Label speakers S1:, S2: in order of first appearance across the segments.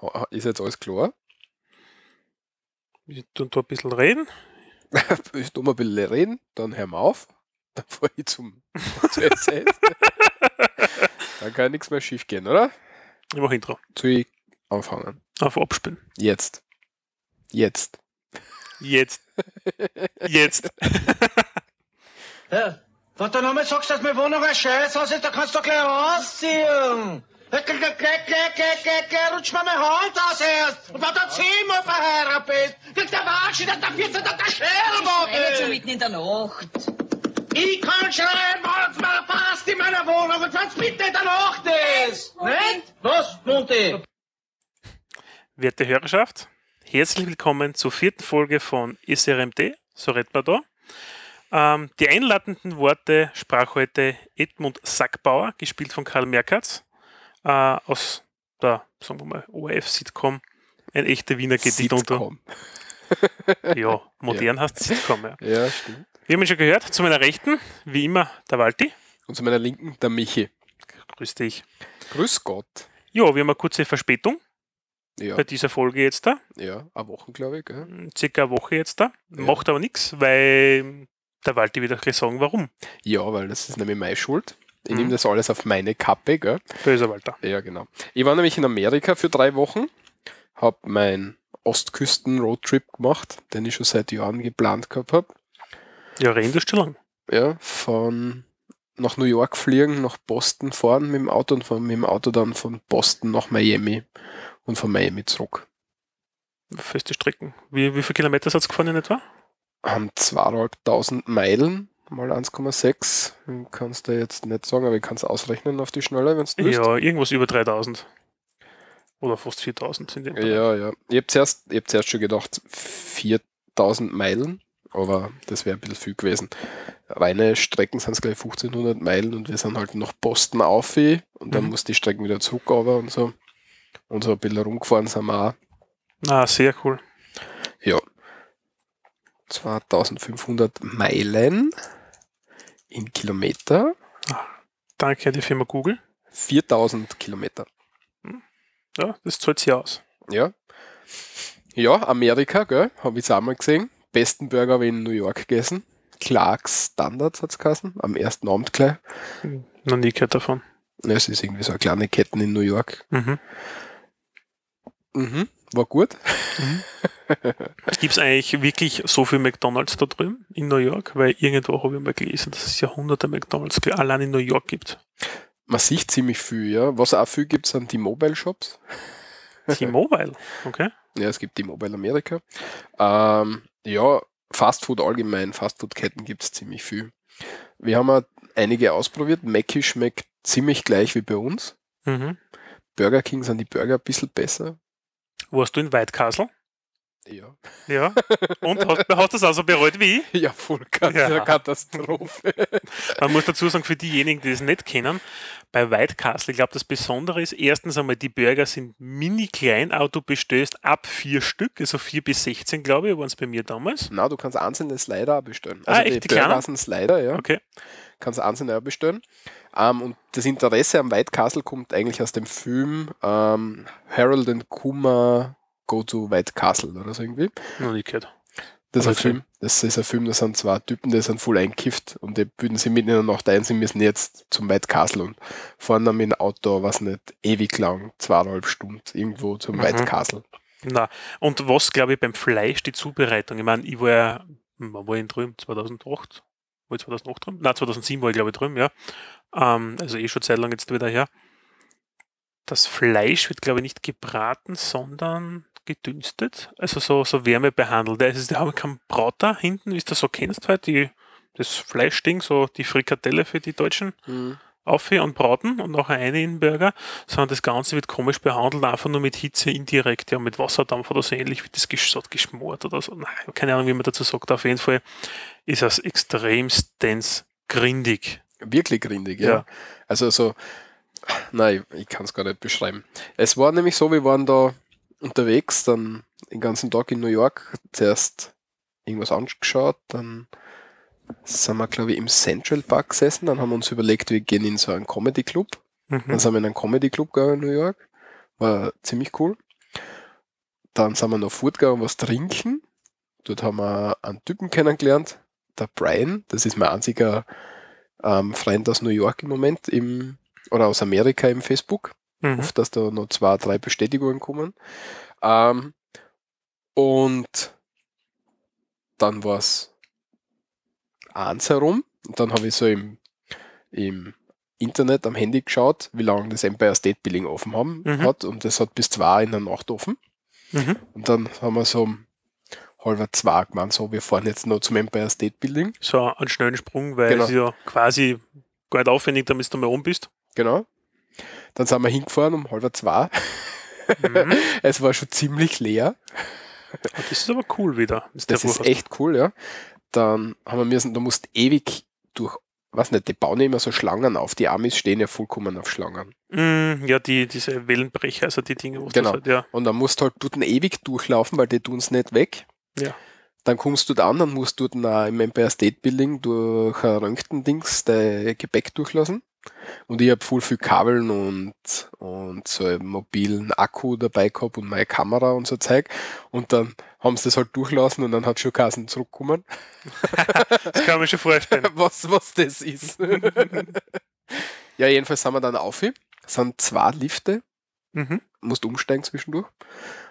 S1: Ah, Ist jetzt alles klar?
S2: Wir tun da ein bisschen reden.
S1: Ich tue mal ein bisschen reden, dann hören wir auf. Dann fahre ich zum zur SS. dann kann nichts mehr schief gehen, oder?
S2: Ich mache Intro.
S1: Zu ich anfangen.
S2: Auf Abspielen.
S1: Jetzt. Jetzt.
S2: Jetzt. Jetzt.
S3: Ja, wenn du nochmal sagst, dass mir Wohnung ein Scheißhaus ist, dann kannst du gleich ausziehen. Gleich, gleich, gleich, gleich, gleich, gleich, gleich, rutsch mir mein Hand aus erst. Und wenn du zehnmal verheiratet bist, kriegt der Warschi, dass der 14. der
S4: Jetzt schon
S3: Scherben
S4: mitten in der Nacht.
S3: ist. Ich kann schreien, wenn's mir passt in meiner Wohnung und wenn's mitten in der Nacht ist. Nicht? Was, Monty?
S2: Werte Hörerschaft, herzlich willkommen zur vierten Folge von SRMD, so redet man da. Ähm, die einleitenden Worte sprach heute Edmund Sackbauer, gespielt von Karl Merkatz, äh, aus der, sagen wir mal, ORF-Sitcom. Ein echter Wiener geht nicht unter.
S1: Sitcom.
S2: Ja, modern heißt Sitcom. Ja.
S1: Ja, stimmt.
S2: Wir haben ihn schon gehört, zu meiner Rechten, wie immer, der Walti.
S1: Und zu meiner Linken der Michi.
S2: Grüß dich.
S1: Grüß Gott.
S2: Ja, wir haben eine kurze Verspätung
S1: Ja,
S2: bei dieser Folge jetzt da.
S1: ja, eine Woche, glaube ich. Gell?
S2: circa eine Woche jetzt da.
S1: Ja.
S2: Macht aber nichts, weil der Walti wird auch gleich sagen, warum.
S1: Ja, weil das ist nämlich meine Schuld. Ich
S2: Mhm.
S1: nehme das alles auf meine Kappe, gell?
S2: Böser Walter.
S1: Ja, genau. Ich war nämlich in Amerika für drei Wochen, habe meinen Ostküsten-Roadtrip gemacht, den ich schon seit Jahren geplant gehabt habe.
S2: Ja, reden tust du schon lang.
S1: Ja, von nach New York fliegen, nach Boston fahren mit dem Auto und von, mit dem Auto dann von Boston nach Miami und von Miami zurück.
S2: Feste Strecken. Wie, wie viele Kilometer seid ihr gefahren in etwa?
S1: Haben zweieinhalbtausend Meilen mal 1,6. Ich kann's da jetzt nicht sagen, aber ich kann's ausrechnen auf die Schnelle, wenn's du willst.
S2: Ja, irgendwas über 3000. Oder fast 4000 in dem Bereich.
S1: Ja, ja. Ich habe zuerst, ich hab zuerst schon gedacht, 4000 Meilen, aber das wäre ein bisschen viel gewesen. Reine Strecken sind es gleich 1500 Meilen und wir sind halt nach Boston auf und dann
S2: Mhm.
S1: muss die Strecken wieder zurück aber und so. Und so ein bisschen rumgefahren sind wir auch
S2: Na, sehr cool.
S1: 2500 Meilen in Kilometer,
S2: Danke an die Firma Google.
S1: 4000 Kilometer.
S2: Ja, das zahlt sich aus.
S1: Ja. Ja, Amerika, gell, habe ich auch mal gesehen. Besten Burger habe ich in New York gegessen. Clarks Standards hat's geheißen, am ersten Abend gleich.
S2: Noch nie gehört davon.
S1: Ja, Es ist irgendwie so eine kleine Ketten in New York.
S2: Mhm.
S1: Mhm. War gut.
S2: Gibt es eigentlich wirklich so viel McDonalds da drüben in New York? Weil irgendwo habe ich mal gelesen, dass es ja hunderte McDonalds allein in New York gibt.
S1: Man sieht ziemlich viel, ja. Was auch viel gibt, sind die Mobile Shops.
S2: T-Mobile, okay?
S1: Ja, es gibt die Mobile Amerika. Ähm, ja, Fast Food allgemein, Fast Food Ketten gibt es ziemlich viel. Wir haben auch einige ausprobiert. Mackie schmeckt ziemlich gleich wie bei uns.
S2: Mhm.
S1: Burger King sind die Burger ein bisschen besser.
S2: Warst du in Whitecastle?
S1: Ja.
S2: Ja. Und hast, hast das also bereut wie ich?
S1: Ja, voll Kat
S2: Ja.
S1: Katastrophe.
S2: Man muss dazu sagen, für diejenigen, die es nicht kennen, bei White Castle, ich glaube, das Besondere ist, erstens einmal, die Burger sind mini klein, aber du bestößt ab vier Stück, also vier bis 16, glaube ich, waren es bei mir damals.
S1: Na, du kannst einzelne Slider auch bestellen. Also
S2: Ah, echt, die
S1: Burger
S2: kleinen?
S1: sind Slider, ja.
S2: Okay.
S1: Kannst einzelne auch bestellen. Ähm, und das Interesse am White Castle kommt eigentlich aus dem Film ähm, Harold and Kumar Go to White Castle oder so irgendwie.
S2: Noch nicht gehört.
S1: Das ist ein
S2: Okay.
S1: Film. Das ist ein Film, da sind zwei Typen, die sind voll einkifft und die büden sie mitten in der Nacht ein, sie müssen jetzt zum White Castle und fahren dann mit dem Auto, was nicht, ewig lang, zweieinhalb Stunden irgendwo zum
S2: Mhm.
S1: White Castle.
S2: Na, und was, glaube ich, beim Fleisch, die Zubereitung. Ich meine, ich war ja, wann war ich denn drüben? 2008? War ich 2008 drüben? Nein, 2007 war ich, glaube ich, drüben, ja. Ähm, also eh schon Zeit lang jetzt wieder her. Das Fleisch wird, glaube ich, nicht gebraten, sondern gedünstet. Also so, so Wärme behandelt. Also, die haben keinen Brauter hinten, wie du das so kennst halt, die, das Fleischding, so die Frikadelle für die Deutschen auf und braten und nachher eine in den Burger, sondern das Ganze wird komisch behandelt, einfach nur mit Hitze indirekt, ja, mit Wasserdampf oder so ähnlich wird das gesch so geschmort oder so. Nein, keine Ahnung, wie man dazu sagt. Auf jeden Fall ist das extremstens grindig.
S1: Wirklich rindig, ja.
S2: Ja.
S1: Also so, nein, ich kann es gar nicht beschreiben. Es war nämlich so, wir waren da unterwegs, dann den ganzen Tag in New York, zuerst irgendwas angeschaut, dann sind wir, glaube ich, im Central Park gesessen, dann haben wir uns überlegt, wir gehen in so einen Comedy Club. Dann
S2: Mhm.
S1: sind wir in einen Comedy Club gegangen in New York. War ziemlich cool. Dann sind wir noch fortgegangen, um was trinken. Dort haben wir einen Typen kennengelernt, der Brian. Das ist mein einziger ähm, Freund aus New York im Moment, im, oder aus Amerika im Facebook.
S2: Mhm.
S1: Hoffe, dass da noch zwei, drei Bestätigungen kommen. Ähm, und dann war es eins herum. Und dann habe ich so im, im Internet am Handy geschaut, wie lange das Empire State Building offen haben
S2: Mhm.
S1: hat. Und das hat bis zwei in der Nacht offen.
S2: Mhm.
S1: Und dann haben wir so um halber zwei gemeint, so, wir fahren jetzt noch zum Empire State Building.
S2: So einen schnellen Sprung, weil
S1: Genau.
S2: es ja quasi gar nicht aufwendig, damit du mal oben bist.
S1: Genau. Dann sind wir hingefahren um halber zwei.
S2: Mhm.
S1: Es war schon ziemlich leer.
S2: Und das ist aber cool wieder. wenn's
S1: Das
S2: dir
S1: ist
S2: vorhast.
S1: echt cool, ja. Dann haben wir müssen, du musst ewig durch, was nicht, die bauen ja immer so Schlangen auf. Die Amis stehen ja vollkommen auf Schlangen.
S2: Mm, ja, die, diese Wellenbrecher, also die Dinge, wo du
S1: Genau.
S2: halt, ja.
S1: Und dann musst du halt dort ewig durchlaufen, weil die tun es nicht weg.
S2: Ja.
S1: Dann kommst du da an, dann musst du dort auch im Empire State Building durch ein Röntgendings dein Gepäck durchlassen. Und ich habe voll viel Kabeln und, und so einen mobilen Akku dabei gehabt und meine Kamera und so Zeug. Und dann haben sie das halt durchlassen und dann hat schon Kassen zurückgekommen.
S2: Das kann man schon vorstellen.
S1: was, was das ist. ja, jedenfalls sind wir dann auf. Es sind zwei Lifte,
S2: mhm.
S1: musst umsteigen zwischendurch.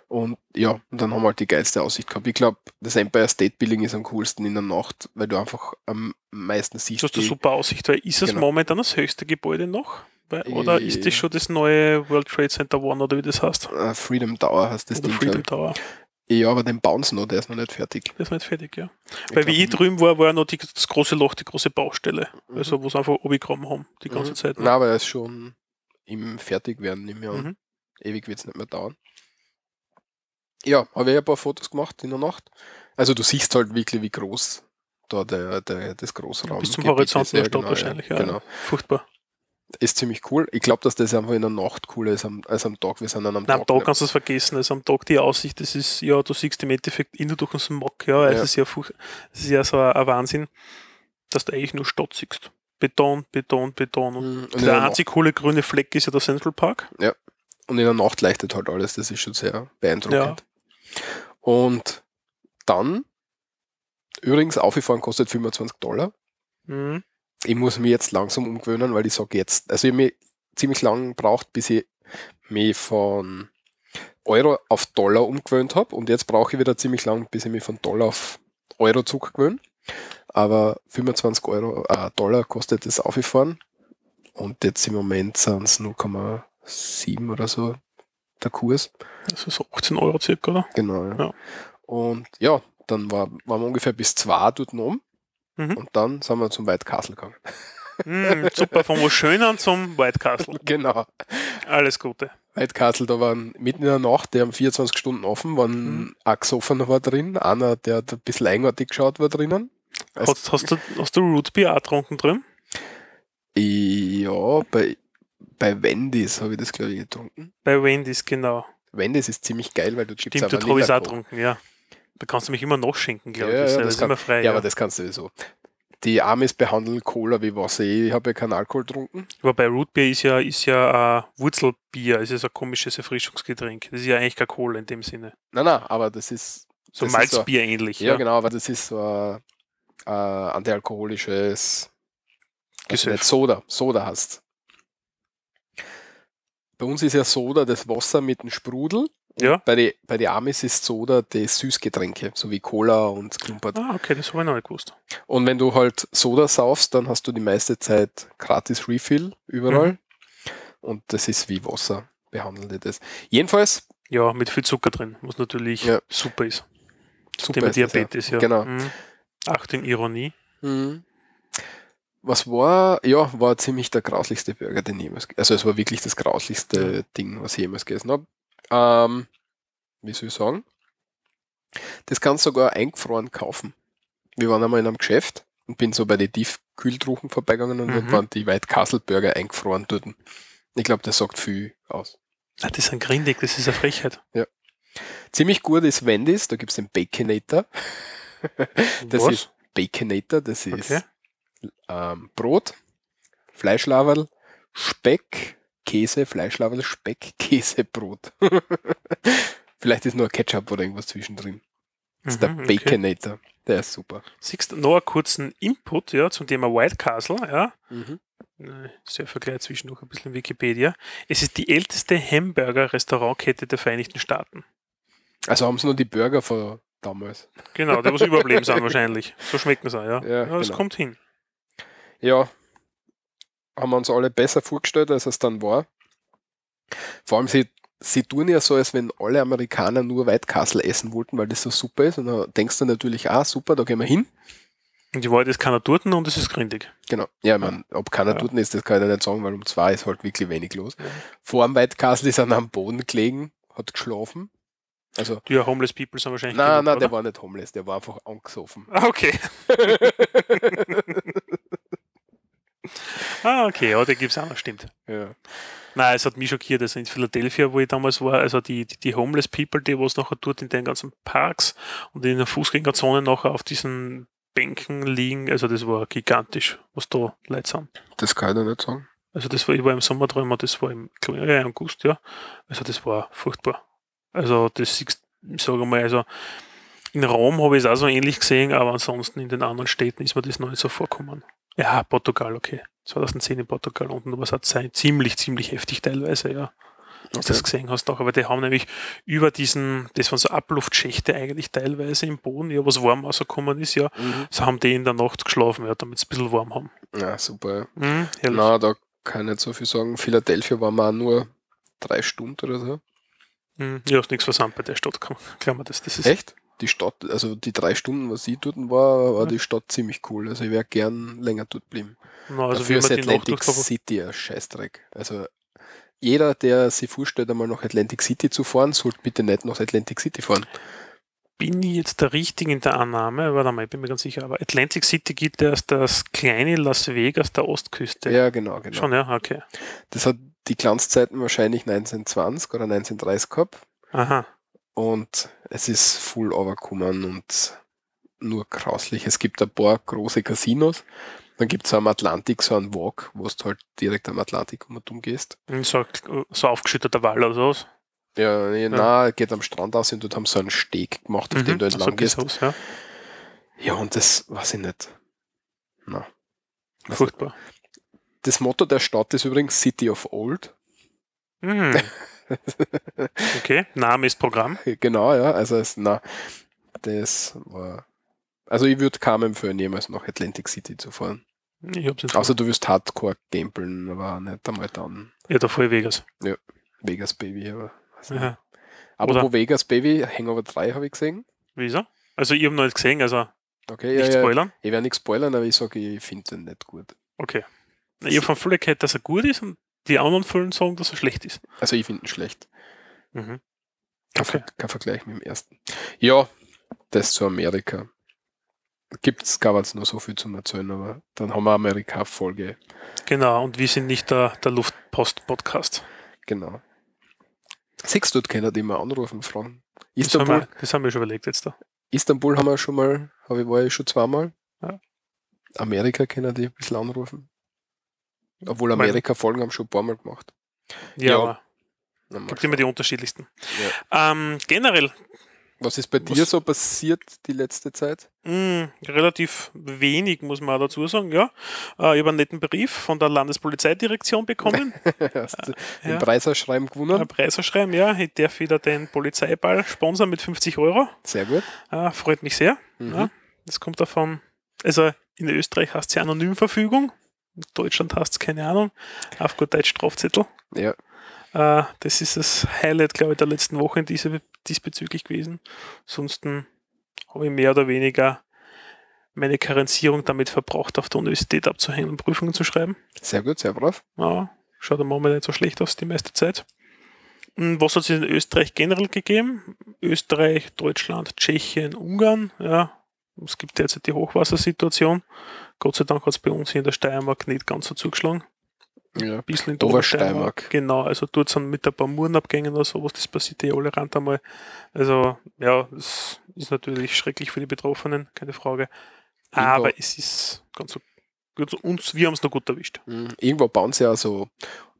S1: Und ja, und dann haben wir halt die geilste Aussicht gehabt. Ich glaube, das Empire State Building ist am coolsten in der Nacht, weil du einfach am meisten siehst.
S2: Du hast eine
S1: die-
S2: super Aussicht, weil ist es
S1: Genau.
S2: momentan das höchste Gebäude noch? Weil, oder ist das
S1: Äh.
S2: schon das neue World Trade Center One oder wie das heißt?
S1: äh, Freedom Tower heißt das
S2: oder
S1: Ding.
S2: Freedom
S1: glaub
S2: Tower.
S1: ich. Ja, aber den bauen sie noch, der ist noch nicht fertig.
S2: Das ist nicht fertig, ja.
S1: Ich
S2: Weil wie ich
S1: glaub,
S2: drüben war, war ja noch die, das große Loch, die große Baustelle.
S1: Mhm.
S2: Also wo sie einfach runtergekommen haben, die ganze
S1: mhm.
S2: Zeit. ne?
S1: Nein, aber er ist schon im Fertigwerden im Jahr.
S2: Mhm.
S1: Ewig wird es nicht mehr dauern. Ja, habe ich ein paar Fotos gemacht in der Nacht. Also du siehst halt wirklich, wie groß da der, der, das Großraum
S2: Bis zum
S1: Gebiet
S2: Horizont
S1: ist. Ja,
S2: der Stadt
S1: genau,
S2: wahrscheinlich, ja.
S1: Ja. Genau.
S2: Furchtbar.
S1: Ist ziemlich cool. Ich glaube, dass das einfach in der Nacht cooler ist am- als am Tag. Wir sind dann am
S2: Nein, am
S1: Tag.
S2: Tag
S1: nicht-
S2: kannst du es vergessen. Also am Tag die Aussicht, das ist, ja, du siehst im Endeffekt immer durch den Smog, ja. Es
S1: Ja.
S2: ist ja furch- es ist ja so ein ein Wahnsinn, dass du eigentlich nur Stadt siehst. Beton, Beton, Beton. Und
S1: Mhm. Und, in
S2: der
S1: der Nacht,
S2: einzige coole grüne Fleck ist ja der Central Park.
S1: und in der Nacht leuchtet halt alles. Das ist schon sehr beeindruckend. Und dann, übrigens, aufgefahren kostet 25 Dollar.
S2: Mhm.
S1: ich muss mich jetzt langsam umgewöhnen, weil ich sage jetzt, also ich habe mich ziemlich lang gebraucht, bis ich mich von Euro auf Dollar umgewöhnt habe und jetzt brauche ich wieder ziemlich lang, bis ich mich von Dollar auf Euro zurückgewöhne. Aber 25 Euro, äh, Dollar kostet das aufgefahren und jetzt im Moment sind es 0,7 oder so der Kurs.
S2: Das ist so 18 Euro circa, oder?
S1: Genau, ja.
S2: Ja.
S1: Und ja, dann war, waren wir ungefähr bis 2 dort noch um
S2: Mhm.
S1: und dann sind wir zum White Castle gegangen.
S2: Mhm, super, von wo Schönern zum White Castle.
S1: Genau.
S2: Alles Gute.
S1: White Castle, da waren mitten in der Nacht, die haben 24 Stunden offen, waren
S2: Mhm.
S1: ein Gesoffener war drin, einer, der hat ein bisschen eigenartig geschaut war drinnen. Also,
S2: Hast, hast, du, hast du Root Beer auch getrunken drin?
S1: ja, bei, bei Wendy's habe ich das, glaube ich, getrunken.
S2: Bei Wendy's, genau.
S1: Wendy's ist ziemlich geil, weil du Chips
S2: Stimmt, dort habe ich es auch getrunken, ja. Da kannst du mich immer noch schenken, glaube ich.
S1: Ja,
S2: das
S1: ja,
S2: ist
S1: das
S2: ist
S1: kann-
S2: immer frei.
S1: Ja, aber das kannst du sowieso. Die Amis behandeln Cola wie Wasser. Ich habe ja keinen Alkohol getrunken.
S2: Aber bei Rootbeer ist ja, ist ja äh, Wurzelbier, es ist ein komisches Erfrischungsgetränk. Das ist ja eigentlich keine Cola in dem Sinne.
S1: Nein, nein, aber das ist.
S2: So
S1: das ist so,
S2: Malzbier ähnlich.
S1: ja, genau, aber das ist so ein, ein antialkoholisches Also
S2: Gesöff.
S1: nicht Soda, Soda hast. Bei uns ist ja Soda das Wasser mit dem Sprudel.
S2: Ja?
S1: Bei den bei die Amis ist Soda das Süßgetränke, so wie Cola und Klumpert.
S2: Ah, okay, das habe ich noch nicht gewusst.
S1: Und wenn du halt Soda saufst, dann hast du die meiste Zeit gratis Refill überall. Und das ist wie Wasser, behandelt ihr das. Jedenfalls,
S2: Ja, mit viel Zucker drin, was natürlich
S1: Ja.
S2: super ist.
S1: super
S2: Thema
S1: ist das,
S2: Diabetes, ja.
S1: Genau.
S2: Mhm. Achtung, Ironie.
S1: Mhm. Was war, ja, war ziemlich der grauslichste Burger, den ich jemals, ge- also es war wirklich das grauslichste Ding, was ich jemals gegessen habe. Ähm, wie soll ich sagen? Das kannst du sogar eingefroren kaufen. Wir waren einmal in einem Geschäft und bin so bei den Tiefkühltruchen vorbeigegangen und
S2: Mhm.
S1: dann waren die White Castle Burger eingefroren dort. Ich glaube, das sagt viel aus.
S2: Ah, das ist ein Grindig, das ist eine Frechheit.
S1: Ziemlich gut ist Wendy's, da gibt's den Baconator. Das
S2: was?
S1: ist- Baconator, das ist
S2: Okay.
S1: ähm, Brot, Fleischlaberl, Speck, Käse, Fleischlaberl, Speck, Käse, Brot. Vielleicht ist nur Ketchup oder irgendwas zwischendrin. Das ist der
S2: Mhm, okay.
S1: Baconator. Der ist super.
S2: Siehst du noch einen kurzen Input ja, zum Thema White Castle, ja. Äh, Surfer gleich zwischendurch ein bisschen Wikipedia. Es ist die älteste Hamburger-Restaurantkette der Vereinigten Staaten.
S1: Also haben sie nur die Burger von damals.
S2: Genau, der was überblieben sind wahrscheinlich. So schmecken sie, auch, ja.
S1: Ja,
S2: ja, das
S1: genau.
S2: kommt hin.
S1: Ja, haben wir uns alle besser vorgestellt, als es dann war. Vor allem, sie, sie tun ja so, als wenn alle Amerikaner nur White Castle essen wollten, weil das so super ist. Und dann denkst du natürlich, ah, super, da gehen wir hin.
S2: Und die Wahrheit ist keiner Turten und es ist grindig.
S1: Genau. Ja, ich mein, ob keiner
S2: Ja.
S1: tut ist, das kann ich dir nicht sagen, weil um zwei ist halt wirklich wenig los. Vor dem White Castle ist er am Boden gelegen, hat geschlafen. Also,
S2: Die ja, Homeless People sind wahrscheinlich
S1: nein,
S2: genug,
S1: nein, der
S2: oder?
S1: war nicht homeless, der war einfach angesoffen.
S2: Ah, okay. ah, okay, ja, der gibt es auch noch, stimmt.
S1: Ja.
S2: Nein, es hat mich schockiert. Also in Philadelphia, wo ich damals war, also die, die, die Homeless People, die was nachher dort in den ganzen Parks und in den Fußgängerzonen nachher auf diesen Bänken liegen, also das war gigantisch, was da Leute sind.
S1: Das kann ich dir nicht sagen.
S2: Also das war, ich war im Sommer drüben, das war im glaub ich, ja, im August, ja. Also das war furchtbar. Also das siehst, ich sage mal, also in Rom habe ich es auch so ähnlich gesehen, aber ansonsten in den anderen Städten ist mir das noch nicht so vorkommen. Ja, Portugal, okay. 2010 in Portugal unten, aber es hat sein ziemlich, ziemlich heftig teilweise, ja dass du das gesehen hast auch, aber die haben nämlich über diesen, das waren so Abluftschächte eigentlich teilweise im Boden, ja, was warm rausgekommen ist, ja,
S1: Mhm.
S2: so haben die in der Nacht geschlafen, ja, damit sie ein bisschen warm haben.
S1: Ja, super. ja.
S2: Mhm, herrlich.
S1: Na, da kann ich nicht so viel sagen. Philadelphia waren wir auch nur drei Stunden oder so.
S2: Mhm, ja, ist nichts versandt bei der Stadt, kann, kann man das, das ist,
S1: Echt? Die Stadt, also die drei Stunden, was ich dort war, war
S2: Ja.
S1: die Stadt ziemlich cool. Also ich wäre gern länger dort geblieben.
S2: na, also
S1: Dafür
S2: wie
S1: ist
S2: man die Nacht
S1: Atlantic
S2: durchgebracht
S1: City ein Scheißdreck. Also jeder, der sich vorstellt, einmal nach Atlantic City zu fahren, sollte bitte nicht nach Atlantic City fahren.
S2: bin ich jetzt da richtig in der Annahme, warte mal, ich bin mir ganz sicher, aber Atlantic City gilt als das kleine Las Vegas der Ostküste.
S1: Ja, genau, genau.
S2: Schon, ja, okay.
S1: Das hat die Glanzzeiten wahrscheinlich 1920 oder 1930 gehabt.
S2: Aha.
S1: und es ist voll overkommen und nur grauslich. Es gibt ein paar große Casinos. Dann gibt es am Atlantik so einen Walk, wo du halt direkt am Atlantik um und um gehst.
S2: Und So, so aufgeschütteter Wall oder sowas.
S1: Ja, nee, na, geht am Strand aus und dort haben sie so einen Steg gemacht, auf dem du
S2: also
S1: entlang gehst.
S2: Bisshaus, ja.
S1: Ja, und das weiß ich nicht. Na. Also,
S2: Furchtbar.
S1: das Motto der Stadt ist übrigens City of Old.
S2: Mhm. Okay, Name ist Programm.
S1: genau, ja. Also es, na, das war. Also ich würde kaum empfehlen, jemals nach Atlantic City zu fahren.
S2: Ich hab's jetzt.
S1: Außer du wirst Hardcore gambeln, aber nicht einmal dann
S2: ja, da voll Vegas.
S1: Vegas Baby. Aber, weiß nicht.
S2: Ja.
S1: aber
S2: Oder-
S1: wo Vegas Baby, Hangover 3 habe ich gesehen.
S2: Wieso? Also, ich habe noch nicht gesehen, also
S1: Okay, ja,
S2: nicht
S1: ja.
S2: spoilern.
S1: Ich werde nicht spoilern, aber ich sage, ich finde den nicht gut.
S2: Okay. Ich habe von vielen gehört, dass er gut ist und die anderen vielen sagen, dass er schlecht ist.
S1: Also ich finde ihn schlecht.
S2: Mhm.
S1: Kein,
S2: Okay.
S1: Ver kein Vergleich mit dem ersten. Ja, das zu Amerika. Gibt's, gab es nur so viel zum Erzählen, aber dann haben wir Amerika-Folge.
S2: Genau, und wir sind nicht der, der Luftpost-Podcast.
S1: Genau. Siehst du, kennt immer anrufen und fragen.
S2: Das, haben wir-
S1: Istanbul,
S2: das haben wir schon überlegt jetzt da.
S1: Istanbul haben wir schon mal, hab ich, war ich schon zweimal.
S2: Ja.
S1: Amerika können die ein bisschen anrufen. Obwohl
S2: Weil-
S1: Amerika-Folgen haben schon ein paar Mal gemacht. Ja,
S2: Ja, aber
S1: Na, mal
S2: gibt
S1: schauen.
S2: immer die unterschiedlichsten. Ähm, generell
S1: Was ist bei
S2: Was-
S1: dir so passiert die letzte Zeit?
S2: Mm, relativ wenig, muss man auch dazu sagen, ja. Äh, ich habe einen netten Brief von der Landespolizeidirektion bekommen.
S1: Hast du den
S2: ja.
S1: Preiserschreiben gewonnen?
S2: Ein Preiserschreiben, ja. Ich darf wieder den Polizeiball sponsern mit 50 Euro.
S1: Sehr gut.
S2: Äh, freut mich sehr.
S1: Mhm.
S2: Ja. Das kommt davon, also in Österreich heißt sie Anonymverfügung. In Deutschland heißt es keine Ahnung. Auf gut Deutsch Strafzettel.
S1: Ja.
S2: Äh, das ist das Highlight, glaube ich, der letzten Woche in diese, diesbezüglich gewesen. Ansonsten habe ich mehr oder weniger meine Karenzierung damit verbraucht, auf der Universität abzuhängen und Prüfungen zu schreiben.
S1: Sehr gut, sehr brav.
S2: Ja, schaut im Moment nicht so schlecht aus die meiste Zeit. Und was hat es in Österreich generell gegeben? Österreich, Deutschland, Tschechien, Ungarn. Ja, es gibt derzeit die Hochwassersituation. Gott sei Dank hat es bei uns hier in der Steiermark nicht ganz so zugeschlagen.
S1: Ja.
S2: Ein bisschen in der
S1: Obersteiermark.
S2: Obersteiermark. Genau, also dort sind mit ein paar Murenabgängen oder sowas, das passiert eh alle Rand einmal. Also, ja, es ist natürlich schrecklich für die Betroffenen, keine Frage. Aber
S1: Überall.
S2: es ist ganz so gut. Uns, wir haben es noch gut erwischt.
S1: Mhm. Irgendwo bauen sie ja so,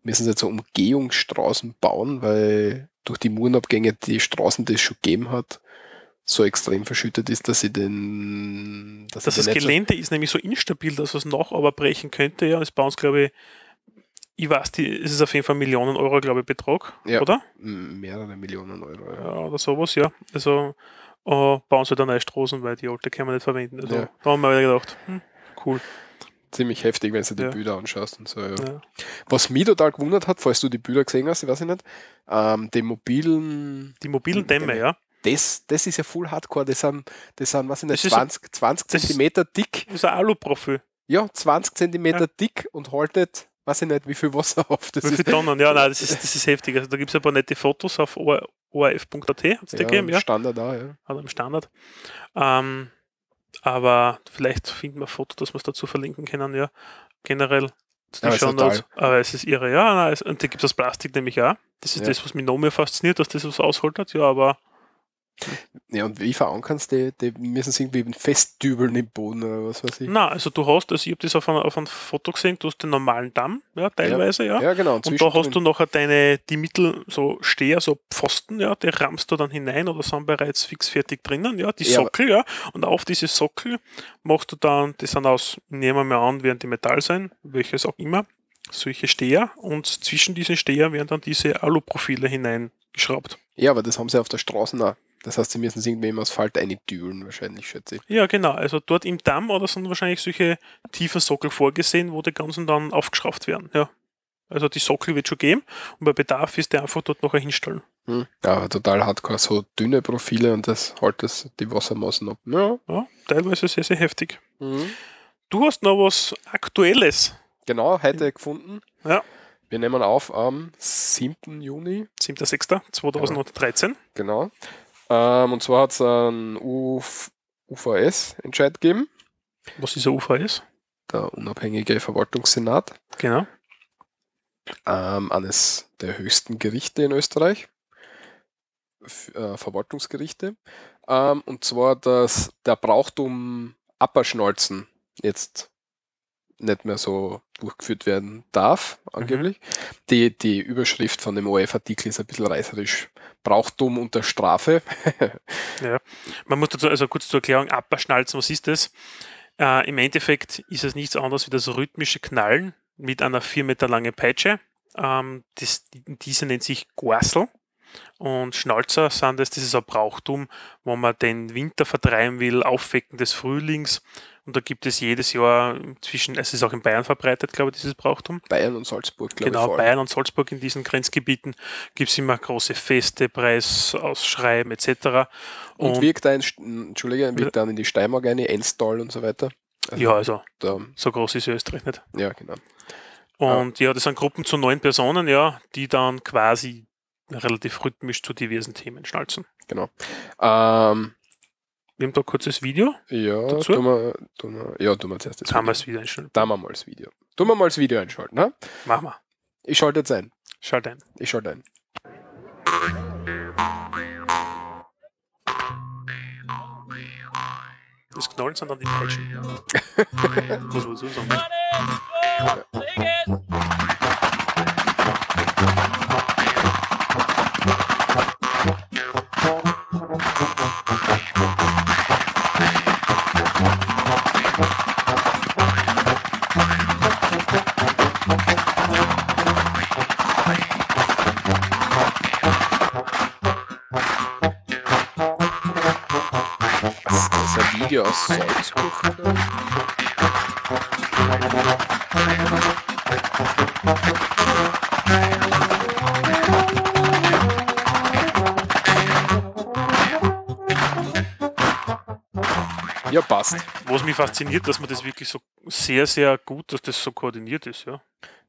S1: müssen sie jetzt so Umgehungsstraßen bauen, weil durch die Murenabgänge die Straßen, die es schon gegeben hat, so extrem verschüttet ist, dass sie den. Dass
S2: Das,
S1: sie
S2: das
S1: den nicht so-
S2: Gelände ist nämlich so instabil, dass es noch aber brechen könnte. Ja, ist bei uns, glaube ich, ich weiß, die, es ist auf jeden Fall Millionen Euro, glaube ich, Betrag,
S1: Ja.
S2: oder?
S1: M- mehrere Millionen Euro. Ja.
S2: Ja, oder sowas, ja. Also äh, bauen sie da neue Straßen, weil die alte kann man nicht verwenden. Also,
S1: Ja.
S2: Da haben wir wieder gedacht, hm, cool.
S1: Ziemlich heftig, wenn du die
S2: Ja.
S1: Bilder anschaust und so. Ja.
S2: Ja.
S1: Was mich total gewundert hat, falls du die Bilder gesehen hast, ich weiß ich nicht, ähm, die mobilen,
S2: Die mobilen
S1: Die
S2: Dämme,
S1: Dämme.
S2: ja.
S1: das, das ist ja full hardcore, das sind, das sind was ich nicht,
S2: Das ist so-
S1: 20, 20
S2: das ist-
S1: Zentimeter dick,
S2: Das ist ein Aluprofil.
S1: ja, 20 Zentimeter
S2: Ja.
S1: dick und haltet, weiß ich nicht, wie viel Wasser auf. Das
S2: Wie viele
S1: ist
S2: Tonnen? Ja, nein, das ist, das ist heftig. Also da gibt es ein paar nette Fotos auf or- orf.at, hat es da gegeben, ja.
S1: Standard auch, ja.
S2: Also im Standard. Ähm, aber vielleicht finden wir ein Foto, dass wir es dazu verlinken können, ja. Generell zu
S1: Ja,
S2: den
S1: ist
S2: Show Notes.
S1: total.
S2: Aber es ist irre, ja. Nein, es, und da gibt es das Plastik nämlich auch. Das ist
S1: Ja.
S2: das, was mich noch mehr fasziniert, dass das was ausholt hat, ja, aber
S1: Ja, und wie verankern sie die? Die müssen sie irgendwie festdübeln im Boden oder was weiß ich.
S2: Na, also du hast, also ich habe das auf einem auf ein Foto gesehen, du hast den normalen Damm, ja, teilweise, ja.
S1: Ja, genau.
S2: Und da hast du
S1: zwischendrin-
S2: nachher deine, die Mittel, so Steher, so Pfosten, ja, die rammst du dann hinein oder sind bereits fix fertig drinnen, ja, die
S1: Ja, aber-
S2: Sockel, ja. Und auf diese Sockel machst du dann, die sind aus, nehmen wir mal an, werden die Metall sein, welches auch immer, solche Steher und zwischen diesen Steher werden dann diese Aluprofile hineingeschraubt.
S1: ja, aber das haben sie auf der Straße auch. Das heißt, sie müssen es irgendwie im Asphalt eindübeln, wahrscheinlich, schätze ich.
S2: Ja, genau. Also dort im Damm oder sind wahrscheinlich solche tiefen Sockel vorgesehen, wo die ganzen dann aufgeschraubt werden. Ja. Also die Sockel wird schon geben und bei Bedarf ist der einfach dort noch hinstellen.
S1: Hm. Ja, aber total hardcore, so dünne Profile und das hält das die Wassermassen ab. Ja. hm.
S2: Ja, teilweise sehr, sehr heftig. Du hast noch was Aktuelles.
S1: Genau, heute gefunden.
S2: Ja.
S1: Wir nehmen auf am 7. Juni.
S2: 7.6.2013.
S1: Genau. Ähm, und zwar hat es einen UV UVS-Entscheid gegeben,
S2: Was dieser UFA ist.
S1: der unabhängige Verwaltungssenat.
S2: Genau.
S1: ähm, eines der höchsten Gerichte in Österreich, F äh, Verwaltungsgerichte. Ähm, und zwar, dass der Brauchtum Apperschnolzen jetzt nicht mehr so durchgeführt werden darf,
S2: Mhm.
S1: angeblich. Die, die Überschrift von dem OF-Artikel ist ein bisschen reißerisch. Brauchtum unter Strafe.
S2: Man muss dazu, also kurz zur Erklärung, Apperschnalzen, was ist das? Äh, Im Endeffekt ist es nichts anderes wie das rhythmische Knallen mit einer 4 Meter langen Peitsche. Ähm, das, diese nennt sich Gorsel. Und Schnalzer sind das, das ist ein Brauchtum, wo man den Winter vertreiben will, Aufwecken des Frühlings. Und da gibt es jedes Jahr zwischen, es ist auch in Bayern verbreitet, glaube ich, dieses Brauchtum.
S1: Bayern und Salzburg, glaube
S2: Genau,
S1: ich.
S2: Bayern und Salzburg in diesen Grenzgebieten gibt es immer große Feste, Preisausschreiben etc.
S1: Und, und wirkt da in, St- Entschuldige, wirkt dann in die Steiermark eine, Enstal und so weiter. Also
S2: ja, also
S1: Da,
S2: so groß ist Österreich nicht.
S1: ja, genau.
S2: Und ja, das sind Gruppen zu neun Personen, ja, die dann quasi relativ rhythmisch zu diversen Themen schnalzen.
S1: Ähm,
S2: Wir haben da ein kurzes Video.
S1: Ja,
S2: Dazu?
S1: tun wir, tun wir, ja, tun wir zuerst das
S2: Jetzt haben wir
S1: Video.
S2: es wieder einstellen.
S1: Tun wir mal das Video. Tun wir mal das Video einschalten. Ne?
S2: Machen wir.
S1: Ich schalte jetzt ein.
S2: Schalt ein.
S1: Ich schalte ein.
S2: Das Knallen sind dann die Peitschen. Muss man so sagen.
S1: Das ist ein Video aus Salzburg. oder? Ja, passt.
S2: Was mich fasziniert, dass man das wirklich so sehr, sehr gut, dass das so koordiniert ist. Ja.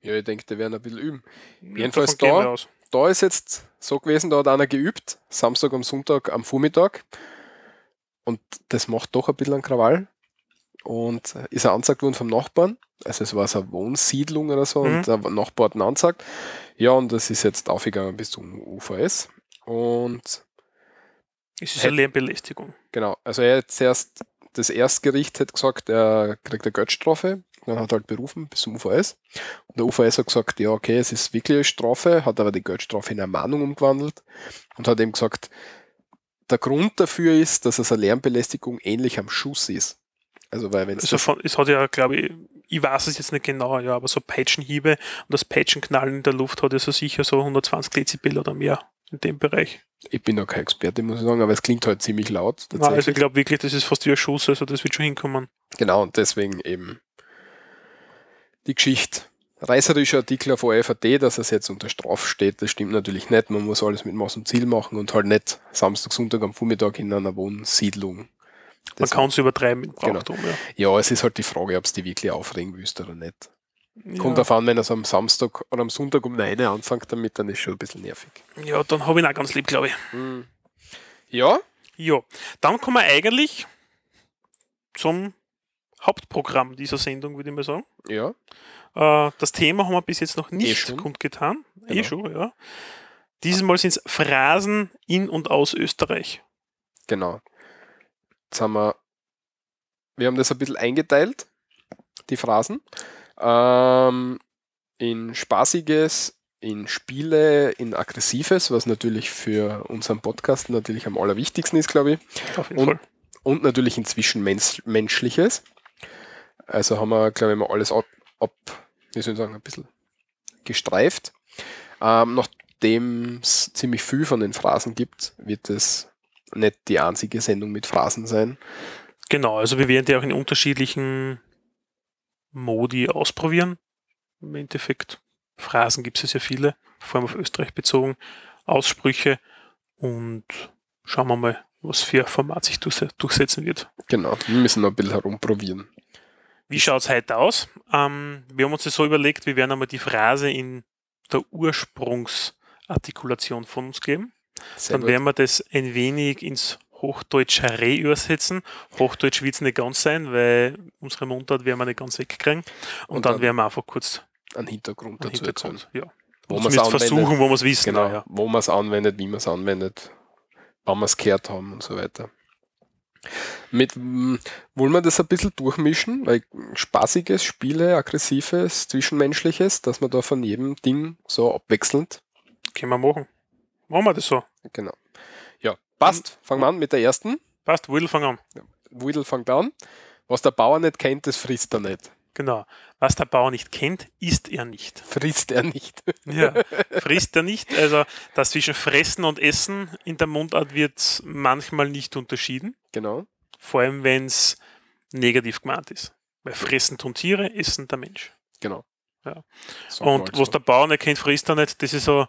S1: Ja, ich denke, die werden ein bisschen üben. Jedenfalls
S2: Davon gehen
S1: da-
S2: wir aus.
S1: Da ist jetzt so gewesen, da hat einer geübt, Samstag am Sonntag am Vormittag. Und das macht doch ein bisschen einen Krawall. Und äh, ist er angezeigt worden vom Nachbarn. Also es war so eine Wohnsiedlung oder so
S2: Mhm.
S1: und der Nachbar hat ihn angezeigt. Ja, und das ist jetzt aufgegangen bis zum UVS. Und
S2: Es ist eine Lärmbelästigung.
S1: genau, also er hat zuerst, das Erstgericht hat gesagt, er kriegt eine Geldstrafe dann hat er halt berufen bis zum UVS. Und der UVS hat gesagt, ja, okay, es ist wirklich eine Strafe, hat aber die Geldstrafe in Ermahnung umgewandelt und hat eben gesagt, der Grund dafür ist, dass es eine Lärmbelästigung ähnlich am Schuss ist. Also, weil wenn es
S2: Also von, es hat ja, glaube ich, ich weiß es jetzt nicht genau, ja, aber so Peitschenhiebe und das Peitschenknallen in der Luft hat ja so sicher so 120 dezibel oder mehr in dem Bereich.
S1: ich bin noch kein Experte, muss ich sagen, aber es klingt halt ziemlich laut.
S2: Nein, also ich glaube wirklich, das ist fast wie ein Schuss, also das wird schon hinkommen.
S1: Genau, und deswegen eben die Geschichte. Reißerischer Artikel auf OFAT, dass es jetzt unter Straf steht, das stimmt natürlich nicht. Man muss alles mit Maß und Ziel machen und halt nicht Samstag, Sonntag am Vormittag in einer Wohnsiedlung.
S2: Man
S1: Das-
S2: kann es übertreiben mit
S1: Genau.
S2: Brauchtum, ja.
S1: Ja, es ist halt die Frage, ob es die wirklich aufregen willst oder nicht. Kommt
S2: ja.
S1: darauf an, wenn es am Samstag oder am Sonntag um 9 Uhr anfängt damit, dann ist schon ein bisschen nervig.
S2: ja, dann habe ich ihn auch ganz lieb, glaube ich.
S1: Ja,
S2: Ja, dann kommen wir eigentlich zum Hauptprogramm dieser Sendung, würde ich mal sagen.
S1: ja.
S2: Äh, das Thema haben wir bis jetzt noch
S1: Eh
S2: nicht
S1: schon.
S2: kundgetan. Eh
S1: Genau.
S2: schon, ja. Dieses Mal sind es Phrasen in und aus Österreich.
S1: Genau. Jetzt haben wir, wir haben das ein bisschen eingeteilt, die Phrasen. Ähm, in Spaßiges, in Spiele, in Aggressives, was natürlich für unseren Podcast natürlich am allerwichtigsten ist, glaube ich.
S2: Auf jeden
S1: Und-
S2: Fall.
S1: Und natürlich in Zwischenmenschliches. Also haben wir, glaube ich, mal alles ab, ab wie soll ich sagen, ein bisschen gestreift. Ähm, Nachdem es ziemlich viel von den Phrasen gibt, wird es nicht die einzige Sendung mit Phrasen sein.
S2: Genau, also wir werden die auch in unterschiedlichen Modi ausprobieren. Im Endeffekt, Phrasen gibt es ja sehr viele, vor allem auf Österreich bezogen, Aussprüche und schauen wir mal, was für ein Format sich durchse- durchsetzen wird.
S1: Genau, wir müssen noch ein bisschen herumprobieren.
S2: Wie schaut es heute aus? Ähm, wir haben uns das so überlegt, wir werden einmal die Phrase in der Ursprungsartikulation von uns geben.
S1: Sehr
S2: Dann
S1: gut.
S2: werden wir das ein wenig ins Hochdeutsche re übersetzen. Hochdeutsch wird es nicht ganz sein, weil unsere Mundart werden wir nicht ganz wegkriegen. Und,
S1: Und
S2: dann,
S1: dann
S2: werden wir einfach kurz
S1: einen Hintergrund
S2: einen
S1: dazu erzählen.
S2: Hintergrund. Ja.
S1: Wo
S2: Wo
S1: man's
S2: wir
S1: anwendet.
S2: versuchen, wo wir es wissen.
S1: Genau,
S2: Ja.
S1: wo man es anwendet, wie man es anwendet, wann wir es gehört haben und so weiter. Mit, mm, wollen wir das ein bisschen durchmischen, weil spaßiges, Spiele, aggressives, zwischenmenschliches, dass man da von jedem Ding so abwechselnd.
S2: Können wir machen. Machen wir das so.
S1: Genau. Ja, passt. Fangen wir an mit der ersten.
S2: Passt, Will, fang an.
S1: Widel fängt an. Was der Bauer nicht kennt, das frisst er nicht.
S2: Genau. Was der Bauer nicht kennt, isst er nicht.
S1: Frisst er nicht.
S2: Ja, frisst er nicht. Also das zwischen Fressen und Essen in der Mundart wird manchmal nicht unterschieden,
S1: genau.
S2: vor allem wenn es negativ gemeint ist. Weil Fressen tun Tiere, Essen der Mensch.
S1: Genau.
S2: Ja.
S1: Sag mal
S2: und was
S1: so.
S2: der Bauer nicht kennt, frisst er nicht. Das ist so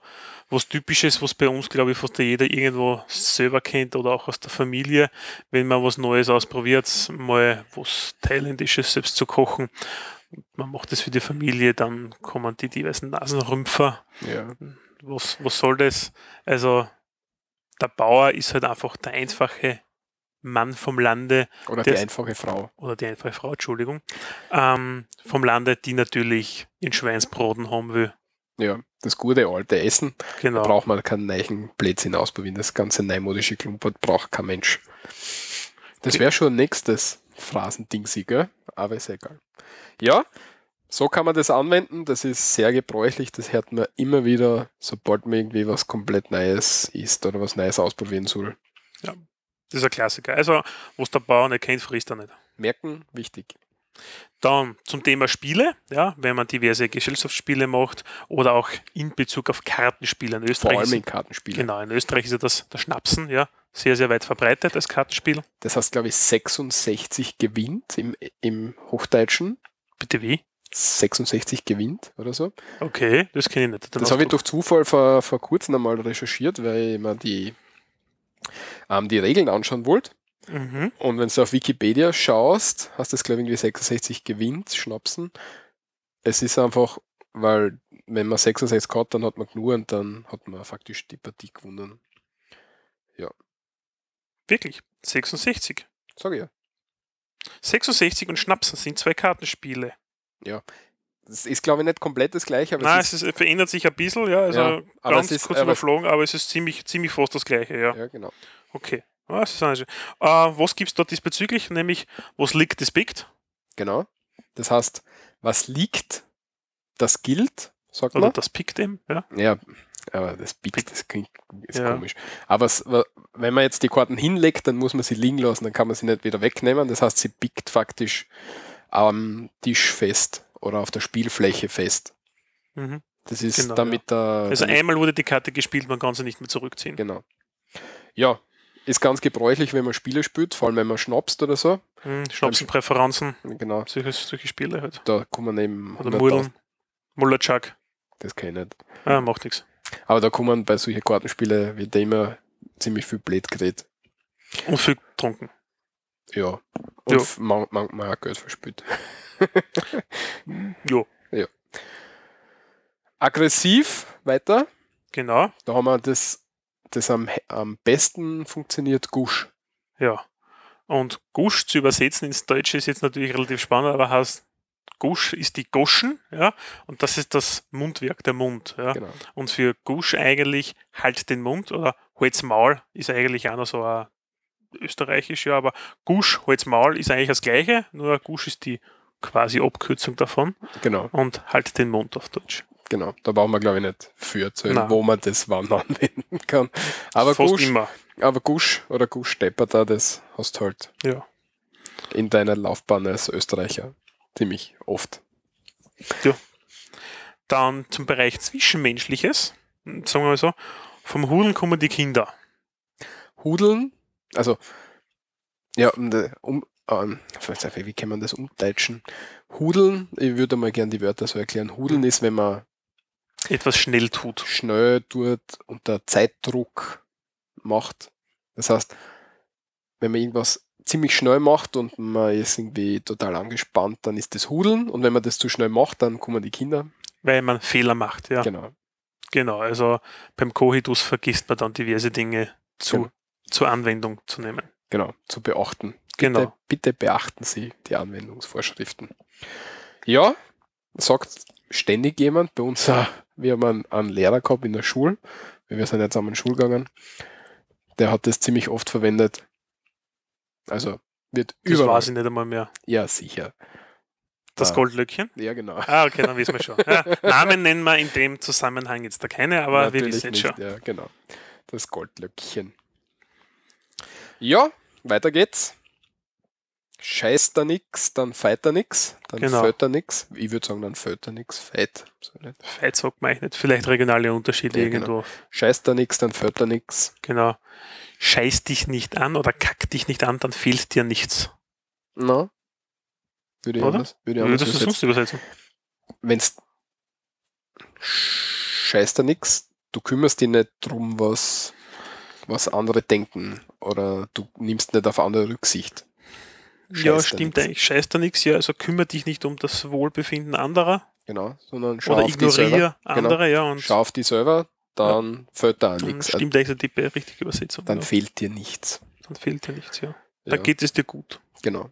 S2: was Typisches, was bei uns, glaube ich, fast jeder irgendwo selber kennt oder auch aus der Familie. Wenn man was Neues ausprobiert, mal was Thailändisches selbst zu kochen, und man macht das für die Familie, dann kommen die diversen Nasenrümpfer
S1: ja.
S2: was, was soll das? Also, der Bauer ist halt einfach der einfache Mann vom Lande
S1: Oder die
S2: das-
S1: einfache Frau.
S2: oder die einfache Frau, Entschuldigung, ähm, vom Lande, die natürlich in Schweinsbroten haben will.
S1: Ja, das gute alte Essen. Da
S2: Genau.
S1: braucht man keinen neichen Blödsinn ausprobieren. Das ganze neumodische Klumpert braucht kein Mensch. Das
S2: Okay.
S1: wäre schon nächstes Phrasending, sie, gell? Aber ist egal. Ja, so kann man das anwenden. Das ist sehr gebräuchlich. Das hört man immer wieder, sobald man irgendwie was komplett Neues isst oder was Neues ausprobieren soll.
S2: Das ist ein Klassiker. Also, was der Bauer nicht kennt, frisst er nicht.
S1: Merken, wichtig.
S2: Dann zum Thema Spiele, ja, wenn man diverse Gesellschaftsspiele macht oder auch in Bezug auf Kartenspiele in
S1: Vor
S2: Österreich.
S1: allem
S2: ist-
S1: in Kartenspielen.
S2: genau, in Österreich ist ja das, das Schnapsen, ja, sehr, sehr weit verbreitet als Kartenspiel.
S1: Das heißt, glaube ich, 66 gewinnt im, im Hochdeutschen.
S2: Bitte wie?
S1: 66 gewinnt oder so.
S2: Okay, das kenne ich nicht. Den
S1: Das habe ich
S2: Ausdruck.
S1: durch Zufall vor, vor kurzem einmal recherchiert, weil ich mir die, ähm, die Regeln anschauen wollte.
S2: Mhm.
S1: Und wenn du auf Wikipedia schaust, hast du das, glaube ich, irgendwie 66 gewinnt, Schnapsen. Es ist einfach, weil wenn man 66 hat, dann hat man genug und dann hat man faktisch die Partie gewonnen.
S2: Wirklich. 66.
S1: Sag ich ja.
S2: 66 und Schnapsen sind zwei Kartenspiele.
S1: Das ist, glaube ich, nicht komplett das gleiche, aber
S2: Nein,
S1: es ist,
S2: es ist, verändert sich ein bisschen, ja. Also
S1: Ja, aber
S2: ganz
S1: es ist-
S2: kurz
S1: aber es-
S2: überflogen, aber es ist ziemlich, ziemlich fast das gleiche, ja.
S1: ja, genau.
S2: Okay. Ah, es ist auch nicht schön. äh, was gibt es da diesbezüglich? Nämlich, was liegt, das biegt.
S1: Genau. Das heißt, was liegt, das gilt, sagt
S2: Oder
S1: man.
S2: das pickt ihm, ja.
S1: Ja, aber das Big, das klingt ist
S2: Ja.
S1: komisch. Aber es, wa- wenn man jetzt die Karten hinlegt, dann muss man sie liegen lassen, dann kann man sie nicht wieder wegnehmen. Das heißt, sie biegt faktisch am Tisch fest oder auf der Spielfläche fest.
S2: Mhm.
S1: Das ist
S2: Genau,
S1: damit der.
S2: Also
S1: damit,
S2: einmal wurde die Karte gespielt, man kann sie nicht mehr zurückziehen.
S1: genau. Ja, ist ganz gebräuchlich, wenn man Spiele spielt, vor allem wenn man schnapst oder so.
S2: Mhm. Schnapsenpräferenzen,
S1: Genau,
S2: solche, solche Spiele halt.
S1: da kommen eben.
S2: Oder
S1: 100.000
S2: Mullen. Mullerchak.
S1: Das kann ich nicht.
S2: Ah, macht nichts.
S1: Aber da kommen bei solchen Kartenspielen wird da immer ziemlich viel blöd geredet.
S2: Und viel getrunken.
S1: Ja.
S2: Ja.
S1: Und f- man- manchmal auch Geld verspielt.
S2: Jo,
S1: aggressiv weiter.
S2: genau.
S1: Da haben wir das, das am, am besten funktioniert Gusch.
S2: Ja. Und Gusch zu übersetzen ins Deutsche ist jetzt natürlich relativ spannend, aber heißt Gusch ist die Goschen, ja, und das ist das Mundwerk, der Mund, ja.
S1: Genau.
S2: Und für Gusch eigentlich halt den Mund oder halt's Maul ist eigentlich auch noch so ein österreichisch, ja, aber Gusch, halt's Maul ist eigentlich das gleiche, nur Gusch ist die quasi Abkürzung davon
S1: Genau,
S2: und halt den Mund auf Deutsch.
S1: genau. Da brauchen wir, glaube ich, nicht für erzählen,
S2: Nein.
S1: wo man das wann anwenden kann. Aber
S2: Fast
S1: Gusch,
S2: immer.
S1: aber Gusch oder Gusch da, das hast halt
S2: Ja.
S1: in deiner Laufbahn als Österreicher ziemlich oft.
S2: Dann zum Bereich Zwischenmenschliches, sagen wir mal so, vom Hudeln kommen die Kinder.
S1: Hudeln, also ja, um, de- um ähm, wie kann man das umdeutschen? Hudeln, ich würde mal gerne die Wörter so erklären. Hudeln
S2: Mhm.
S1: ist, wenn man
S2: Etwas schnell tut.
S1: schnell tut, unter Zeitdruck macht. Das heißt, wenn man irgendwas ziemlich schnell macht und man ist irgendwie total angespannt, dann ist das Hudeln und wenn man das zu schnell macht, dann kommen die Kinder.
S2: Weil man Fehler macht, ja.
S1: Genau.
S2: Genau. Also beim Cohitus vergisst man dann diverse Dinge zu,
S1: Genau.
S2: zur Anwendung zu nehmen.
S1: Genau, zu beachten.
S2: Genau.
S1: Bitte, bitte beachten Sie die Anwendungsvorschriften. Ja, sagt ständig jemand bei uns, äh, wir haben einen, einen Lehrer gehabt in der Schule, weil wir sind jetzt am Schul gegangen, der hat das ziemlich oft verwendet. Also wird
S2: Das
S1: überall.
S2: weiß ich nicht einmal mehr.
S1: Ja, sicher.
S2: Das
S1: Ah.
S2: Goldlöckchen?
S1: Ja, genau.
S2: Ah, okay, dann wissen wir schon. Ja, Namen nennen wir in dem Zusammenhang jetzt da keine, aber wir
S1: Natürlich
S2: wissen jetzt
S1: nicht,
S2: schon.
S1: Ja, genau. Das Goldlöckchen. Ja, weiter geht's. Scheißt da nix, dann feit da nix, dann
S2: Genau.
S1: fällt da nix. Ich würde sagen, dann fällt da nix, feit. So nicht.
S2: Feit sagt man eigentlich nicht. Vielleicht regionale Unterschiede
S1: Ja, genau.
S2: irgendwo.
S1: Scheißt da nix, dann fällt da nix.
S2: Genau. Scheiß dich nicht an oder kack dich nicht an, dann fehlt dir nichts. Hm,
S1: Na? Würde ich
S2: Oder?
S1: anders, würde ich
S2: Wie
S1: anders
S2: würdest du sonst
S1: übersetzen.
S2: übersetzen?
S1: Wenn's scheißt da nix, du kümmerst dich nicht drum, was, was andere denken. Oder du nimmst nicht auf andere Rücksicht.
S2: ja,
S1: Scheiß da
S2: stimmt
S1: nix.
S2: eigentlich. Scheiß da nichts, ja. Also kümmere dich nicht um das Wohlbefinden anderer
S1: Genau, sondern schau
S2: oder
S1: auf die selber. Genau.
S2: ignoriere andere, ja. Und
S1: Schau auf die selber, dann fällt da
S2: Dann
S1: nichts.
S2: stimmt eigentlich so die be- richtige Übersetzung.
S1: Dann
S2: ja.
S1: fehlt dir nichts.
S2: dann fehlt dir nichts, ja.
S1: Ja,
S2: Da geht es dir gut.
S1: genau.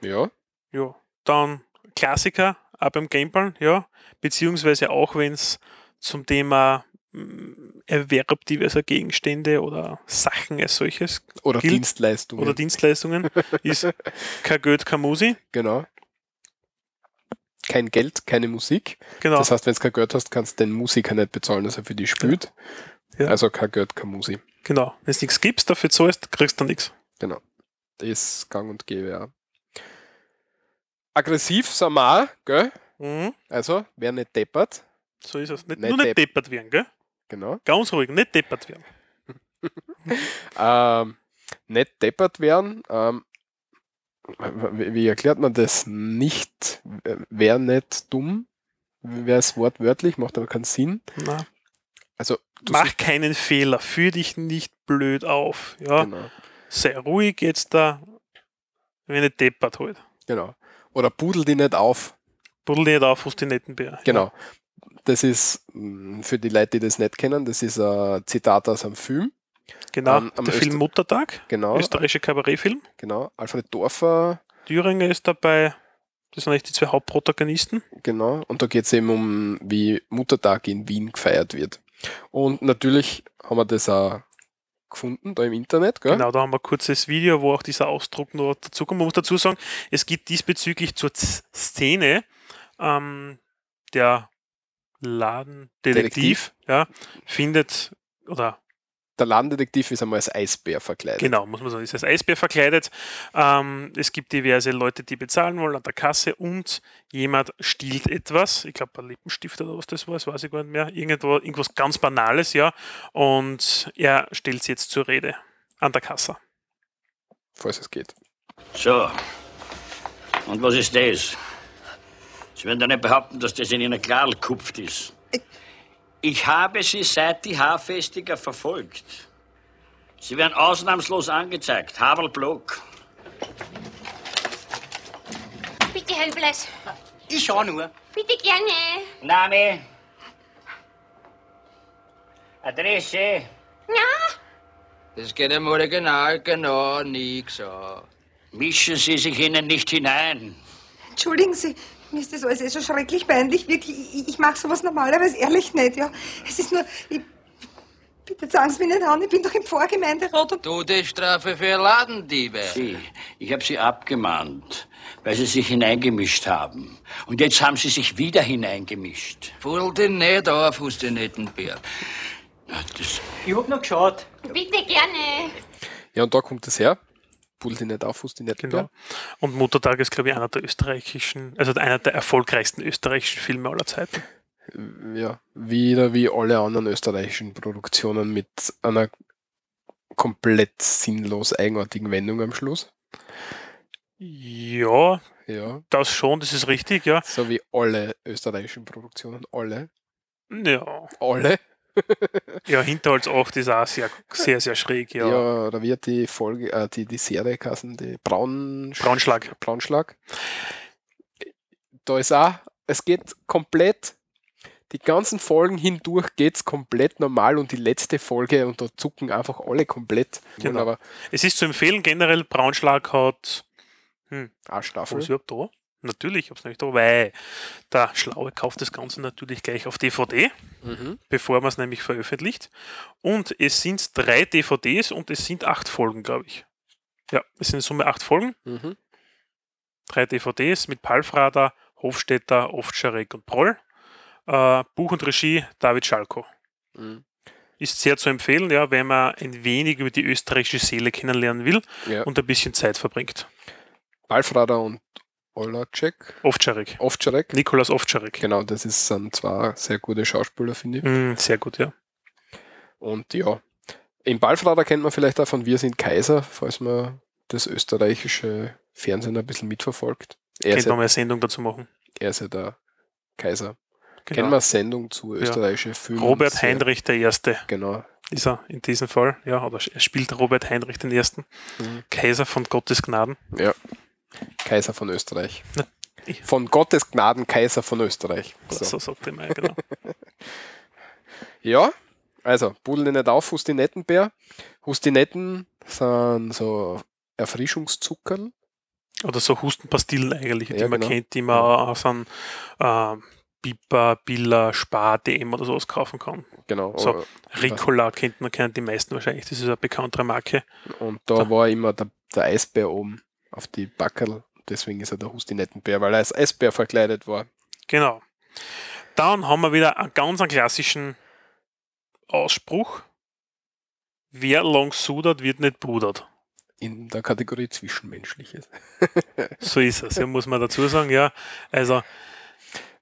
S1: Ja,
S2: Ja. Dann Klassiker, auch beim Gameplan, ja. Beziehungsweise auch wenn es zum Thema mm, Erwerb diverser Gegenstände oder Sachen als solches
S1: oder
S2: Gilt-
S1: Dienstleistungen.
S2: oder Dienstleistungen ist kein Geld, kein Musi.
S1: genau. Kein Geld, keine Musik.
S2: Genau.
S1: Das heißt, wenn du kein Geld hast, kannst du den Musiker nicht bezahlen, dass er für dich spielt.
S2: Ja.
S1: Also kein Geld, keine Musik.
S2: genau. Wenn es nichts gibst, dafür zahlst, kriegst du nichts.
S1: Das ist gang und gäbe, ja. Aggressiv sind wir auch, gell?
S2: Mhm.
S1: Also, wer nicht deppert,
S2: So ist es. Nicht,
S1: Nicht
S2: nur nicht deppert werden, gell?
S1: genau.
S2: Ganz ruhig, nicht deppert werden.
S1: ähm, nicht deppert werden. Ähm, wie, wie erklärt man das? Nicht, wer nicht dumm, wäre es wortwörtlich, macht aber keinen Sinn.
S2: Na,
S1: Also, du
S2: mach keinen Fehler, führ dich nicht blöd auf. Ja.
S1: siehst- genau,
S2: sei ruhig jetzt da, wenn nicht deppert halt.
S1: genau. Oder pudel die nicht auf.
S2: Buddel nicht auf, was die netten Bär.
S1: Genau. Das ist mh, für die Leute, die das nicht kennen, das ist ein Zitat aus einem Film.
S2: Genau.
S1: Am- am
S2: der Film
S1: Öster-
S2: Muttertag,
S1: Genau.
S2: österreichischer Kabarettfilm.
S1: Genau. Alfred Dorfer,
S2: Thüringer ist dabei. Das sind eigentlich die zwei Hauptprotagonisten.
S1: genau. Und da geht es eben um, wie Muttertag in Wien gefeiert wird. Und natürlich haben wir das auch gefunden, da im Internet, gell?
S2: Genau, da haben wir ein kurzes Video, wo auch dieser Ausdruck noch dazu kommt. Man muss dazu sagen, es gibt diesbezüglich zur Z Szene ähm, der Ladendetektiv, ja, findet oder
S1: Der Ladendetektiv ist einmal als Eisbär verkleidet.
S2: genau, muss man sagen, ist als Eisbär verkleidet. Ähm, es gibt diverse Leute, die bezahlen wollen an der Kasse und jemand stiehlt etwas. Ich glaube, ein Lippenstift oder was das war, das weiß ich gar nicht mehr. Irgendwo, irgendwas ganz Banales, ja. Und er stellt sie jetzt zur Rede an der Kasse.
S1: Falls es geht.
S5: So. Und was ist das? Sie werden ja nicht behaupten, dass das in Ihnen Klarl kupft ist. Ich habe Sie seit die Haarfestiger verfolgt. Sie werden ausnahmslos angezeigt. Havel Block.
S6: Bitte, Herr Übleis.
S5: Ich schau nur.
S6: Bitte gerne.
S5: Name. Adresse.
S6: Na,
S7: Das geht im Original genau nix an.
S5: Mischen Sie sich ihnen nicht hinein.
S8: Entschuldigen Sie, mir ist das alles eh so schrecklich peinlich. Wirklich, ich- ich, ich mache sowas normalerweise ehrlich nicht, ja. Es ist nur, ich, bitte sagen Sie mir nicht an, ich bin doch im Vorgemeinderat und
S7: Todesstrafe für Ladendiebe.
S5: Sie, ich habe Sie abgemahnt, weil Sie sich hineingemischt haben. Und jetzt haben Sie sich wieder hineingemischt.
S7: Pull dich nicht auf, hast du nicht einen Bär.
S5: Na, Das
S9: Ich hab noch geschaut.
S6: bitte gerne.
S1: Ja, und da kommt es her. Pult ihn nicht auf, wusste ihn nicht
S2: Genau.
S1: mehr.
S2: Und Muttertag ist, glaube ich, einer der österreichischen, also einer der erfolgreichsten österreichischen Filme aller Zeiten.
S1: ja, wieder wie alle anderen österreichischen Produktionen mit einer komplett sinnlos eigenartigen Wendung am Schluss.
S2: Ja,
S1: Ja,
S2: das schon, das ist richtig, ja.
S1: so wie alle österreichischen Produktionen, alle,
S2: Ja,
S1: alle.
S2: ja Hinterholz 8 ist auch sehr, sehr, sehr schräg,
S1: Ja,
S2: ja.
S1: da wird die Folge, äh, die, die Serie kassen, die Braun
S2: Braunschlag.
S1: Braunschlag. Da ist auch, es geht komplett, die ganzen Folgen hindurch geht es komplett normal und die letzte Folge und da zucken einfach alle komplett.
S2: Genau.
S1: Aber
S2: Es ist zu empfehlen, generell Braunschlag hat,
S1: eine
S2: was ich
S1: Staffel.
S2: hab da? Natürlich, ich hab's nicht da, weil der Schlaue kauft das Ganze natürlich gleich auf DVD,
S1: Mhm.
S2: bevor man es nämlich veröffentlicht. Und es sind drei DVDs und es sind acht Folgen, glaube ich. Ja, es sind in Summe acht Folgen.
S1: Mhm.
S2: drei DVDs mit Palfrader, Hofstetter, Ovtscharek und Proll. Äh, Buch und Regie David Schalko.
S1: Mhm.
S2: Ist sehr zu empfehlen, ja, wenn man ein wenig über die österreichische Seele kennenlernen will
S1: Ja.
S2: und ein bisschen Zeit verbringt.
S1: Alfrader und Olacek.
S2: Ovtscharek.
S1: Ovtcharek.
S2: Nikolaus Ovtscharek.
S1: Genau, das ist, sind zwei sehr gute Schauspieler, finde ich.
S2: Mm, sehr gut, ja.
S1: Und ja, in Balfrader kennt man vielleicht auch von Wir sind Kaiser, falls man das österreichische Fernsehen ein bisschen mitverfolgt. Er, ist
S2: Könnte noch
S1: ja,
S2: mal eine Sendung dazu machen.
S1: er ist ja der Kaiser.
S2: Genau.
S1: Kennen wir eine Sendung zu österreichischen Filmen?
S2: Robert
S1: Sehr-
S2: Heinrich der Erste
S1: Genau.
S2: ist er in diesem Fall. Ja, oder er spielt Robert Heinrich den Ersten.
S1: Mhm.
S2: Kaiser von Gottes Gnaden.
S1: Ja. Kaiser von Österreich.
S2: Na, ich-
S1: Von Gottes Gnaden Kaiser von Österreich.
S2: So, so sagt er immer, ja, genau.
S1: Ja, also budel nicht auf, Hustinettenbär. Hustinetten sind so Erfrischungszuckerl.
S2: Oder so Hustenpastillen eigentlich, die
S1: Ja,
S2: man
S1: genau.
S2: kennt, die man aus einem äh, Piper, Billa, Spar, DM oder sowas kaufen kann.
S1: Genau.
S2: So. Ricola kennt man, kennen die meisten wahrscheinlich. Das ist eine bekanntere Marke.
S1: Und da
S2: So.
S1: war immer der, der Eisbär oben auf die Backerl. Deswegen ist er der Hustinettenbär, weil er als Eisbär verkleidet war.
S2: Genau. Dann haben wir wieder einen ganz einen klassischen Ausspruch. Wer lang sudert, wird nicht pudert.
S1: In der Kategorie Zwischenmenschliches.
S2: So ist es, ja, muss man dazu sagen, ja. Also,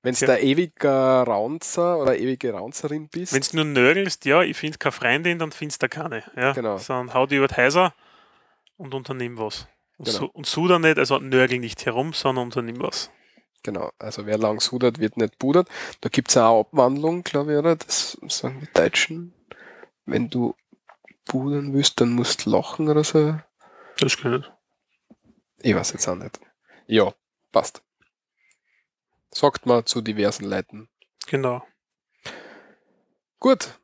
S1: Wenn es
S2: Ja.
S1: der ewige Raunzer oder ewige Raunzerin bist,
S2: wenn du nur nörgelst, ja, ich finde keine Freundin, dann findest du keine. Ja.
S1: Genau.
S2: Sondern hau die über die Häuser und unternimm was. Und,
S1: Genau.
S2: su und suder nicht, also nörgel nicht herum, sondern unternimm was.
S1: genau. Also wer lang sudert, wird nicht pudert. Da gibt es auch eine Abwandlung, glaube ich, oder? Das sagen die Deutschen. Wenn du pudern willst, dann musst du lachen oder so.
S2: Das geht.
S1: Ich weiß jetzt auch nicht. Ja, passt. Sagt man zu diversen Leuten.
S2: Genau.
S1: Gut.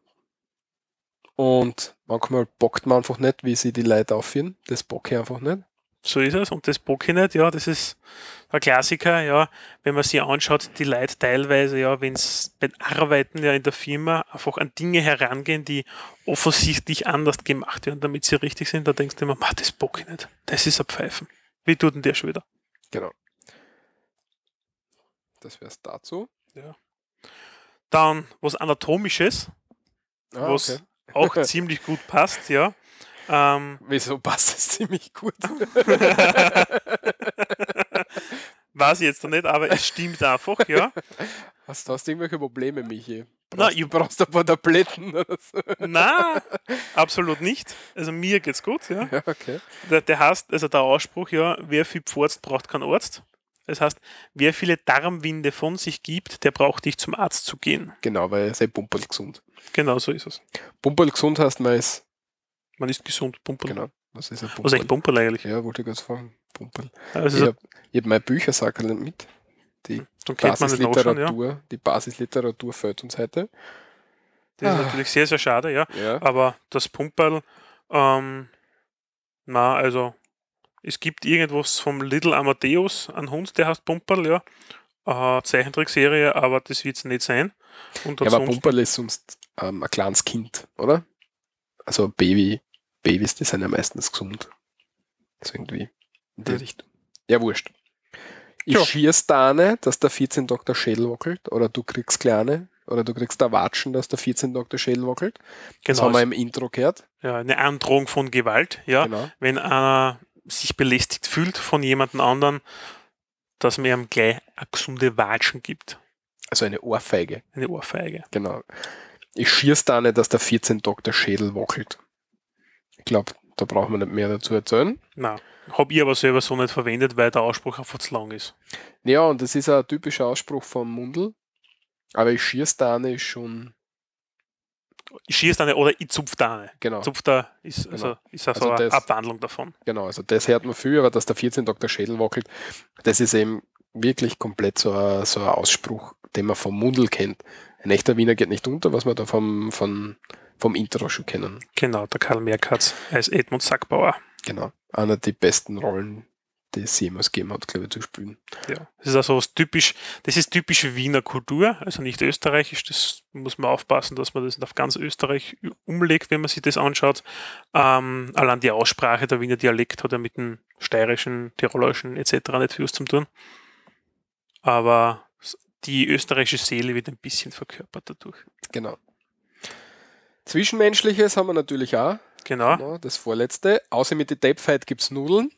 S1: Und manchmal bockt man einfach nicht, wie sie die Leute aufführen. Das bock ich einfach nicht.
S2: So ist es. Und das Bockhinet, ja, das ist ein Klassiker, ja. Wenn man sich anschaut, die Leute teilweise, ja, wenn's beim Arbeiten ja in der Firma einfach an Dinge herangehen, die offensichtlich anders gemacht werden, damit sie richtig sind, da denkst du immer, "Ma, das Bockhinet, das ist ein Pfeifen. Wie tut denn der schon wieder?
S1: Genau. Das wär's dazu.
S2: Dann was Anatomisches,
S1: Ah,
S2: was
S1: okay.
S2: auch ziemlich gut passt, ja. Ähm,
S1: Wieso passt es ziemlich gut?
S2: weiß ich jetzt noch nicht, aber es stimmt einfach, ja.
S1: Hast, hast du irgendwelche Probleme, Michi?
S2: Na,
S1: Brauchst, du brauchst ein paar Tabletten oder so.
S2: Na, absolut nicht. Also mir geht's gut, ja.
S1: Ja, okay.
S2: Der, der heißt, also der Ausspruch, ja, wer viel pfurzt, braucht keinen Arzt. Das heißt, wer viele Darmwinde von sich gibt, der braucht nicht zum Arzt zu gehen.
S1: Genau, weil sei Pumperl gesund.
S2: Genau so ist es.
S1: Pumperl gesund heißt, man ist.
S2: Man ist gesund, Pumperl.
S1: Genau. Was ist ein Pumperl?
S2: Was ist eigentlich Pumperl eigentlich?
S1: Ja, wollte ich gerade fragen. Pumperl.
S2: Also,
S1: ich habe hab mein Büchersackerl mit. Die
S2: dann kennt man das nachschauen, ja.
S1: Basisliteratur, die Basisliteratur fällt uns heute.
S2: Das ist
S1: Ah.
S2: natürlich sehr, sehr schade, ja.
S1: Ja.
S2: Aber das Pumperl, ähm, na, also, es gibt irgendwas vom Little Amadeus, ein Hund, der heißt Pumperl, ja. Äh, Zeichentrickserie, aber das wird's nicht sein. Und
S1: Ja,
S2: hat
S1: aber
S2: sonst-
S1: Pumperl ist sonst ähm, ein kleines Kind, oder? Also ein Baby, Babys, die sind ja meistens gesund. So irgendwie in die
S2: Hm.
S1: Richtung. Ja, wurscht. Ich
S2: Tja.
S1: schier's da eine, dass der 14 Tag der Schädel wackelt, oder du kriegst kleine, oder du kriegst da Watschen, dass der 14 Tag der Schädel wackelt. Das
S2: genau,
S1: haben wir im Intro gehört.
S2: ja, eine Androhung von Gewalt, ja.
S1: Genau.
S2: Wenn einer sich belästigt fühlt von jemandem anderen, dass man ihm gleich eine gesunde Watschen gibt.
S1: Also eine Ohrfeige.
S2: Eine Ohrfeige.
S1: Genau. Ich schier's da eine, dass der 14 Tag der Schädel wackelt. Ich glaube, da braucht man nicht mehr dazu erzählen.
S2: Na, habe ich aber selber so nicht verwendet, weil der Ausspruch einfach zu lang ist.
S1: Ja, und das ist ein typischer Ausspruch vom Mundl. Aber ich schieß da eine ist schon.
S2: Ich schieße da eine oder ich zupf da eine.
S1: Genau,
S2: Zupf da ist, also,
S1: Genau.
S2: ist also,
S1: Also
S2: eine
S1: das-
S2: Abwandlung davon.
S1: genau. Also das hört man viel, aber dass der 14 Tag der Schädel wackelt, das ist eben wirklich komplett so ein, so ein Ausspruch, den man vom Mundl kennt. Ein echter Wiener geht nicht unter, was wir da vom, vom, vom Intro schon kennen.
S2: Genau, der Karl Merkatz als Edmund Sackbauer.
S1: Genau. Einer der besten Rollen, die es jemals gegeben hat, glaube ich, zu spielen.
S2: Ja. Das ist also was typisch, das ist typische Wiener Kultur, also nicht österreichisch, das muss man aufpassen, dass man das nicht auf ganz Österreich ü- umlegt, wenn man sich das anschaut. Ähm, allein die Aussprache der Wiener Dialekt hat ja mit dem steirischen, tirolerischen etc. nicht viel was zu tun. Aber s- die österreichische Seele wird ein bisschen verkörpert dadurch.
S1: Genau. Zwischenmenschliches haben wir natürlich auch.
S2: Genau.
S1: Ja, das vorletzte. Außer mit die Depfheit gibt es Nudeln.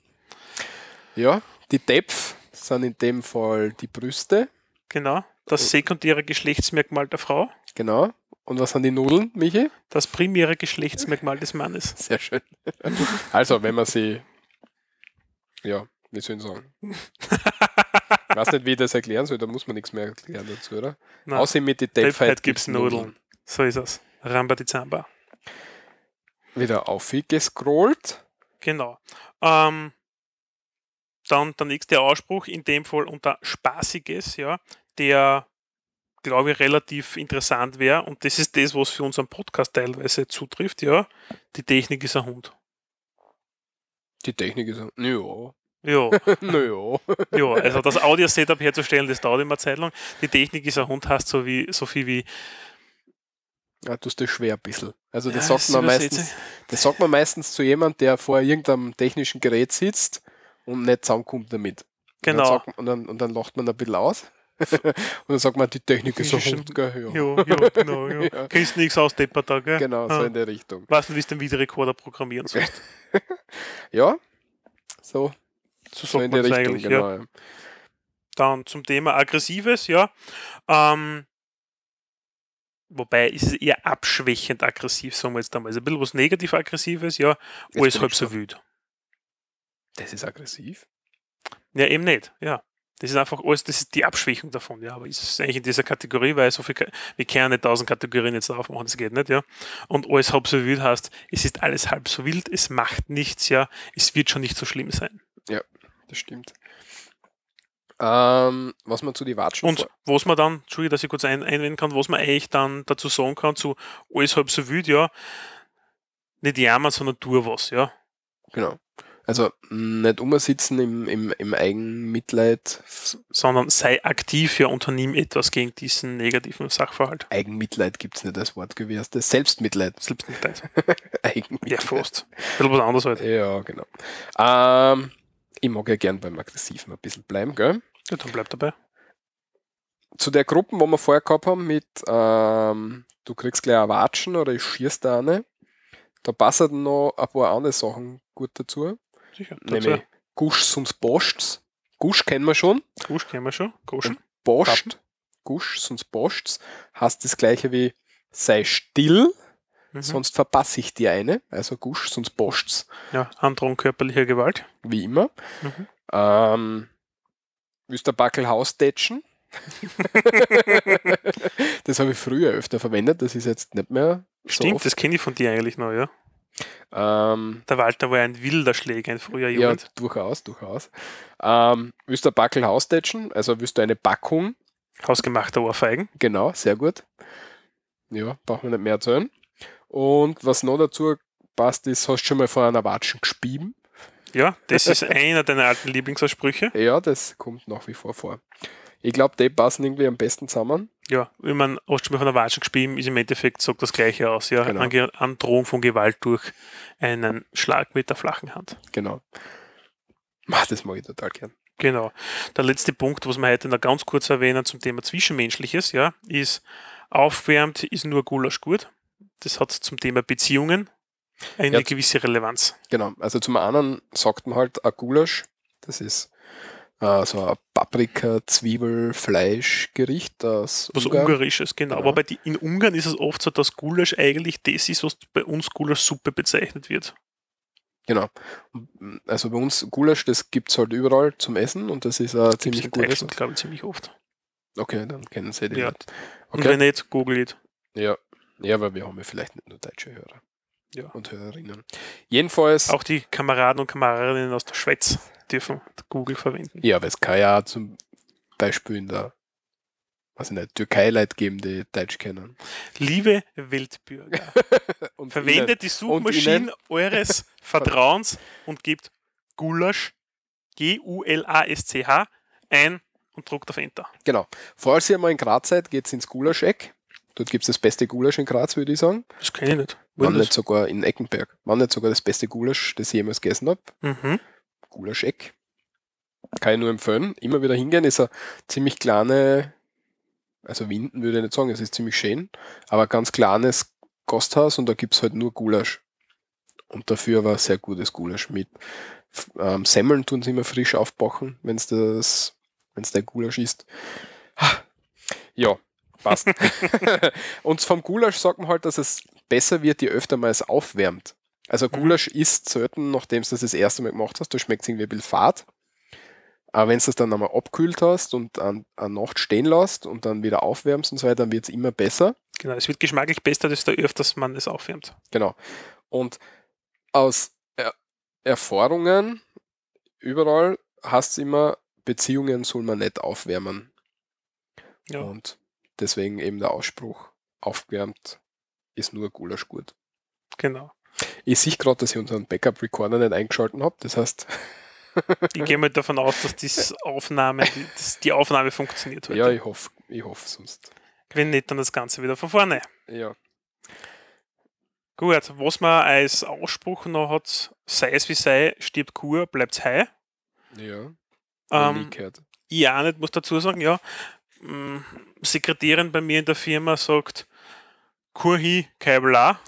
S1: Ja, die Depf sind in dem Fall die Brüste.
S2: Genau. Das sekundäre Geschlechtsmerkmal der Frau,
S1: Genau. Und was sind die Nudeln, Michi?
S2: das primäre Geschlechtsmerkmal des Mannes.
S1: Sehr schön. Also, wenn man sie. Ja, wie soll ich sagen? Ich weiß nicht, wie ich das erklären soll, da muss man nichts mehr erklären dazu, oder?
S2: Na,
S1: Außer mit die
S2: Deppheit
S1: Depfheit gibt
S2: gibt's
S1: es Nudeln.
S2: Nudeln. So ist es. Rambadizamba.
S1: Wieder aufgescrollt.
S2: Genau. Ähm, dann der nächste Ausspruch, in dem Fall unter Spaßiges, ja, der glaube ich relativ interessant wäre und das ist das, was für unseren Podcast teilweise zutrifft, ja. Die Technik ist ein Hund.
S1: Die Technik ist. Naja,
S2: Ja,
S1: naja.
S2: ja, also das Audio-Setup herzustellen, das dauert immer Zeit lang. Die Technik ist ein Hund, heißt so, wie, so viel wie.
S1: Ja, tust du schwer ein bisschen. Also, das
S2: Ja,
S1: sagt man
S2: übersetze-
S1: meistens. Das sagt man meistens zu jemandem, der vor irgendeinem technischen Gerät sitzt und nicht zusammenkommt damit. Und dann,
S2: Genau.
S1: sagt, und dann, und dann lacht man ein bisschen aus. und dann sagt man, die Technik ist so
S2: Technische-
S1: Hund, gell? Ja.
S2: Ja, ja, genau. Ja.
S1: Ja.
S2: Kriegst nichts aus, Depperter, gell?
S1: Genau, so
S2: Ah.
S1: in der Richtung.
S2: Weißt du, wie du den Videorekorder programmieren sollst?
S1: Ja, so,
S2: So
S1: so
S2: sagt
S1: in
S2: man
S1: der
S2: das
S1: Richtung,
S2: eigentlich, ja.
S1: genau. Ja.
S2: Dann zum Thema Aggressives, ja. Ähm, wobei ist es eher abschwächend aggressiv, sagen wir jetzt einmal. Also ein bisschen was negativ aggressives, ja.
S1: bin
S2: Alles
S1: ich
S2: halb so
S1: schon.
S2: wild.
S1: Das ist aggressiv.
S2: Ja, eben nicht, ja. Das ist einfach alles, das ist die Abschwächung davon, ja. Aber ist es eigentlich in dieser Kategorie, weil so viel, Ka- wir können ja nicht tausend Kategorien jetzt drauf machen, das geht nicht, ja. Und alles halb so wild heißt, es ist alles halb so wild, es macht nichts, ja. Es wird schon nicht so schlimm sein.
S1: Das stimmt. Ähm, was man zu die Watschen
S2: Und was man dann, Entschuldigung, dass ich kurz ein, einwenden kann, was man eigentlich dann dazu sagen kann, zu alles halb so wild, ja, nicht jammern, sondern tu was, ja.
S1: Genau. Also nicht umsitzen im, im, im Eigenmitleid,
S2: S- Sondern sei aktiv, ja, unternimm etwas gegen diesen negativen Sachverhalt.
S1: Eigenmitleid gibt es nicht als Wort gewesen. Das Selbstmitleid.
S2: Selbstmitleid.
S1: Eigenmitleid.
S2: Ja, fast. Ein bisschen was anderes halt.
S1: Ja, genau. Ähm, ich mag ja gern beim Aggressiven ein bisschen bleiben, gell?
S2: Ja, dann bleib dabei.
S1: Zu der Gruppe, wo wir vorher gehabt haben, mit ähm, du kriegst gleich ein Watschen oder ich schierst da eine, da passen noch ein paar andere Sachen gut dazu.
S2: Sicher.
S1: Nämlich Guschs und Boschs. Gusch kennen wir schon.
S2: Kusch kennen wir schon. Kuschen.
S1: Boscht, Guschs und Boschs heißt das gleiche wie sei still,
S2: Mhm.
S1: sonst verpasse ich dir eine. Also Guschs und Boschs,
S2: Ja, Androhung körperlicher Gewalt.
S1: wie immer.
S2: Mhm.
S1: Ähm, willst du ein Backel Haustätschen? das habe ich früher öfter verwendet, das ist jetzt nicht mehr
S2: Stimmt,
S1: so oft.
S2: das kenne ich von dir eigentlich noch, ja.
S1: Ähm,
S2: Der Walter war ein wilder Schläger in früher
S1: ja,
S2: Jugend.
S1: durchaus, durchaus. Ähm, willst du ein Backel Haustätschen? Also willst du eine Packung?
S2: Hausgemachter Ohrfeigen.
S1: Genau, sehr gut. Ja, brauchen wir nicht mehr erzählen. Und was noch dazu passt, ist, hast du schon mal vor einer Watschen gespieben?
S2: Ja, das ist einer deiner alten Lieblingsausbrüche.
S1: Ja, das kommt nach wie vor vor. Ich glaube, die passen irgendwie am besten zusammen.
S2: Ja, wenn man Ausspiel von der Watschen gespielt ist im Endeffekt sagt das gleiche aus, ja.
S1: Genau.
S2: Ange Androhung von Gewalt durch einen Schlag mit der flachen Hand.
S1: Genau. Mach, das mag ich total gern.
S2: Genau. Der letzte Punkt, was wir heute noch ganz kurz erwähnen zum Thema Zwischenmenschliches, ja, ist aufwärmt ist nur Gulasch gut. Das hat zum Thema Beziehungen eine
S1: Ja.
S2: gewisse Relevanz.
S1: Genau, also zum einen sagt man halt ein Gulasch, das ist äh, so ein Paprika, Zwiebel, Fleischgericht aus
S2: Was
S1: Ungarn.
S2: Ungarisches, genau.
S1: Genau.
S2: Aber bei die, in Ungarn ist es oft so, dass Gulasch eigentlich das ist, was bei uns Gulaschsuppe bezeichnet wird.
S1: Genau. Und, Also bei uns Gulasch, das gibt es halt überall zum Essen und das ist ein ziemlich
S2: Gibt's in
S1: gutes.
S2: Deutschland, glaube ich, ziemlich oft.
S1: Okay, dann kennen Sie die.
S2: Ja.
S1: nicht.
S2: Und
S1: Okay.
S2: wenn nicht, google it.
S1: Ja. ja, weil wir haben ja vielleicht nicht nur deutsche Hörer
S2: Ja.
S1: und Hörerinnen. Jedenfalls,
S2: Auch die Kameraden und Kameradinnen aus der Schweiz dürfen Google verwenden.
S1: ja, weil es kann ja zum Beispiel in der, was in der Türkei Leute geben, die Deutsch kennen.
S2: Liebe Weltbürger,
S1: Und
S2: verwendet die Suchmaschinen eures Vertrauens und gebt Gulasch, G-U-L-A-S-C-H, ein und druckt auf Enter.
S1: Genau. Falls ihr mal in Graz seid, geht's ins Gulascheck. Dort gibt's das beste Gulasch in Graz, würde ich sagen.
S2: Das kenne ich nicht. Wo
S1: Wann
S2: ist
S1: nicht sogar in Eckenberg. Wann nicht sogar das beste Gulasch, das ich jemals gegessen hab.
S2: das? Mhm.
S1: Gulascheck. Kann ich nur empfehlen. Immer wieder hingehen. Ist eine ziemlich kleine, also Winden würde ich nicht sagen, es ist ziemlich schön, aber ein ganz kleines Gasthaus und da gibt's halt nur Gulasch. Und dafür war sehr gutes Gulasch mit. F- Ähm, Semmeln tun sie immer frisch aufbacken, wenn's das, wenn's der Gulasch ist. Ja, passt. und vom Gulasch sagt man halt, dass es besser wird, je öfter man es aufwärmt. Also Gulasch isst selten, nachdem du das das erste Mal gemacht hast, da schmeckt es irgendwie ein bisschen fad. Aber wenn du das dann einmal abkühlt hast und an, an Nacht stehen lässt und dann wieder aufwärmst und so weiter, dann wird es immer besser.
S2: Genau, es wird geschmacklich besser, desto öfters man es aufwärmt.
S1: Genau. Und aus er Erfahrungen überall hast es immer, Beziehungen soll man nicht aufwärmen.
S2: Ja.
S1: Und deswegen eben der Ausspruch, aufgewärmt ist nur Gulasch gut.
S2: Genau.
S1: Ich sehe gerade, dass ich unseren Backup-Recorder nicht eingeschalten habe. Das heißt,
S2: Ich gehe mal davon aus, dass die Aufnahme, die, dass die Aufnahme funktioniert heute.
S1: ja, ich hoffe, ich hoffe sonst.
S2: Wenn nicht, dann das Ganze wieder von vorne.
S1: Ja,
S2: Gut, was man als Ausspruch noch hat, sei es wie sei, stirbt Kur, bleibt hei.
S1: ja. noch nie
S2: Ähm,
S1: gehört.
S2: ich auch nicht, muss dazu sagen, ja. Mm, Sekretärin bei mir in der Firma sagt Kurhi, kei bla.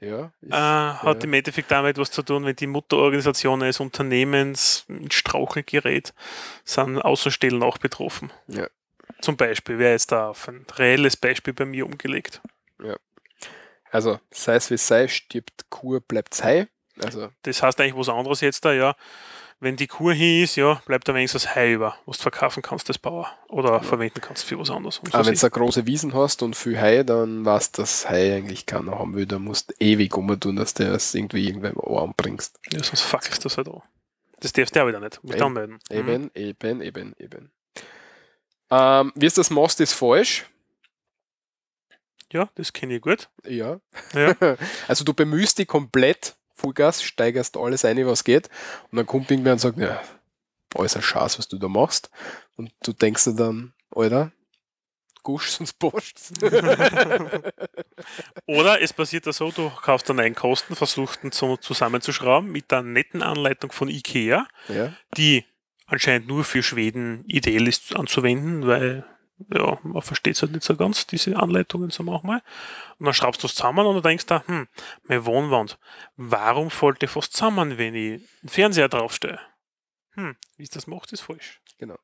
S1: ja, ist,
S2: Äh, hat im Endeffekt damit was zu tun, wenn die Mutterorganisation eines Unternehmens in Strauchel gerät, sind Außenstellen auch betroffen.
S1: Ja.
S2: Zum Beispiel wäre jetzt da auf ein reelles Beispiel bei mir umgelegt.
S1: also, sei es wie es sei, stirbt Kur, bleibt sei. Also,
S2: Das heißt eigentlich was anderes jetzt da, ja. Wenn die Kur hier ist, ja, bleibt da wenigstens das Hai über, was du verkaufen kannst, das Bauer. Oder
S1: Genau.
S2: verwenden kannst für was anderes. Und
S1: aber wenn
S2: was
S1: du eine große Wiesen hast und viel Hai, dann weißt du, dass Hai eigentlich keiner haben will. Da musst du ewig umtun, dass du das irgendwie irgendwann anbringst.
S2: Ja, sonst fuck ist das halt auch. Das darfst du auch wieder nicht. Muss Mhm.
S1: Eben.
S2: dann melden.
S1: Eben, eben, eben, eben. Ähm, wie es das machst, ist falsch.
S2: Ja, das kenne ich gut.
S1: Ja.
S2: Ja.
S1: Also, du bemühst dich komplett Vollgas, steigerst alles ein, was geht. Und dann kommt irgendwer und sagt, ja, alles ein Schatz, was du da machst. Und du denkst dir dann, Alter, gusch, sonst boschst.
S2: Oder es passiert ja so, du kaufst dann einen Kosten, versuchst ihn zu, zusammenzuschrauben mit der netten Anleitung von IKEA,
S1: ja,
S2: die anscheinend nur für Schweden ideell ist anzuwenden, weil ja, man versteht es halt nicht so ganz, diese Anleitungen, sagen wir auch mal. Und dann schraubst du es zusammen und du denkst da, hm, meine Wohnwand, warum fällt die fast zusammen, wenn ich einen Fernseher draufstehe? Hm, wie es das macht, ist falsch.
S1: Genau.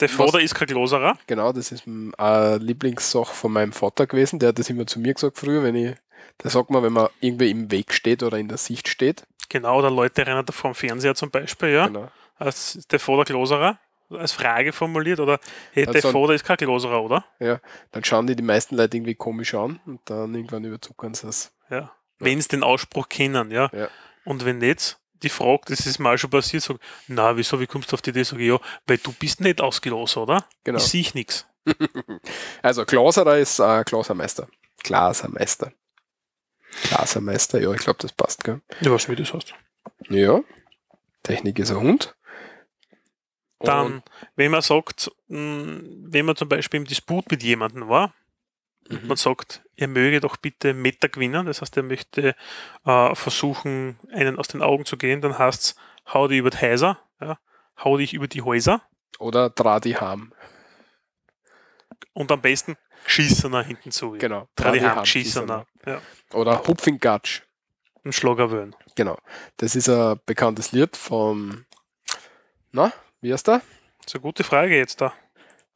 S2: Der
S1: Was-
S2: Vater ist kein Gloserer.
S1: genau, das ist m- eine Lieblingssache von meinem Vater gewesen. Der hat das immer zu mir gesagt früher, wenn ich, der sagt man, wenn man irgendwie im Weg steht oder in der Sicht steht.
S2: Genau, oder Leute rennen da vor dem Fernseher zum Beispiel, ja.
S1: Genau.
S2: als der Vorder Gloserer als Frage formuliert oder hey, der
S1: Also-
S2: Vorder ist kein Gloserer, oder?
S1: Dann schauen die die meisten Leute irgendwie komisch an und dann irgendwann überzuckern sie es.
S2: Ja. Wenn sie den Ausspruch kennen, ja.
S1: Ja.
S2: Und wenn nicht, die Frage, das ist mal schon passiert, sagt, na, wieso, wie kommst du auf die Idee? Sag ich, ja, weil du bist nicht ausgelost, oder?
S1: Genau.
S2: Ich sehe nichts.
S1: Also Klauserer ist äh, Klausermeister. Glasermeister. Glasermeister, ja, ich glaube, das passt, gell?
S2: Ja, was wie das heißt.
S1: Ja. Technik ist ein Hund.
S2: Dann, wenn man sagt, mh, wenn man zum Beispiel im Disput mit jemandem war,
S1: Und- mhm.
S2: man sagt, er möge doch bitte Meta gewinnen, das heißt, er möchte äh, versuchen, einen aus den Augen zu gehen, dann heißt es, hau dich über die Häuser, ja, hau dich über die Häuser
S1: Oder Dradi Ham.
S2: und am besten schießen nach hinten zu.
S1: Genau.
S2: Drei
S1: Dradi
S2: haben
S1: Ham,
S2: schießen
S1: Schießerner.
S2: nach. Ja.
S1: Oder Hupfingatsch.
S2: Ein Schlagerwöhn.
S1: Genau. Das ist ein bekanntes Lied vom, na, wie heißt der?
S2: Das ist eine gute Frage jetzt da.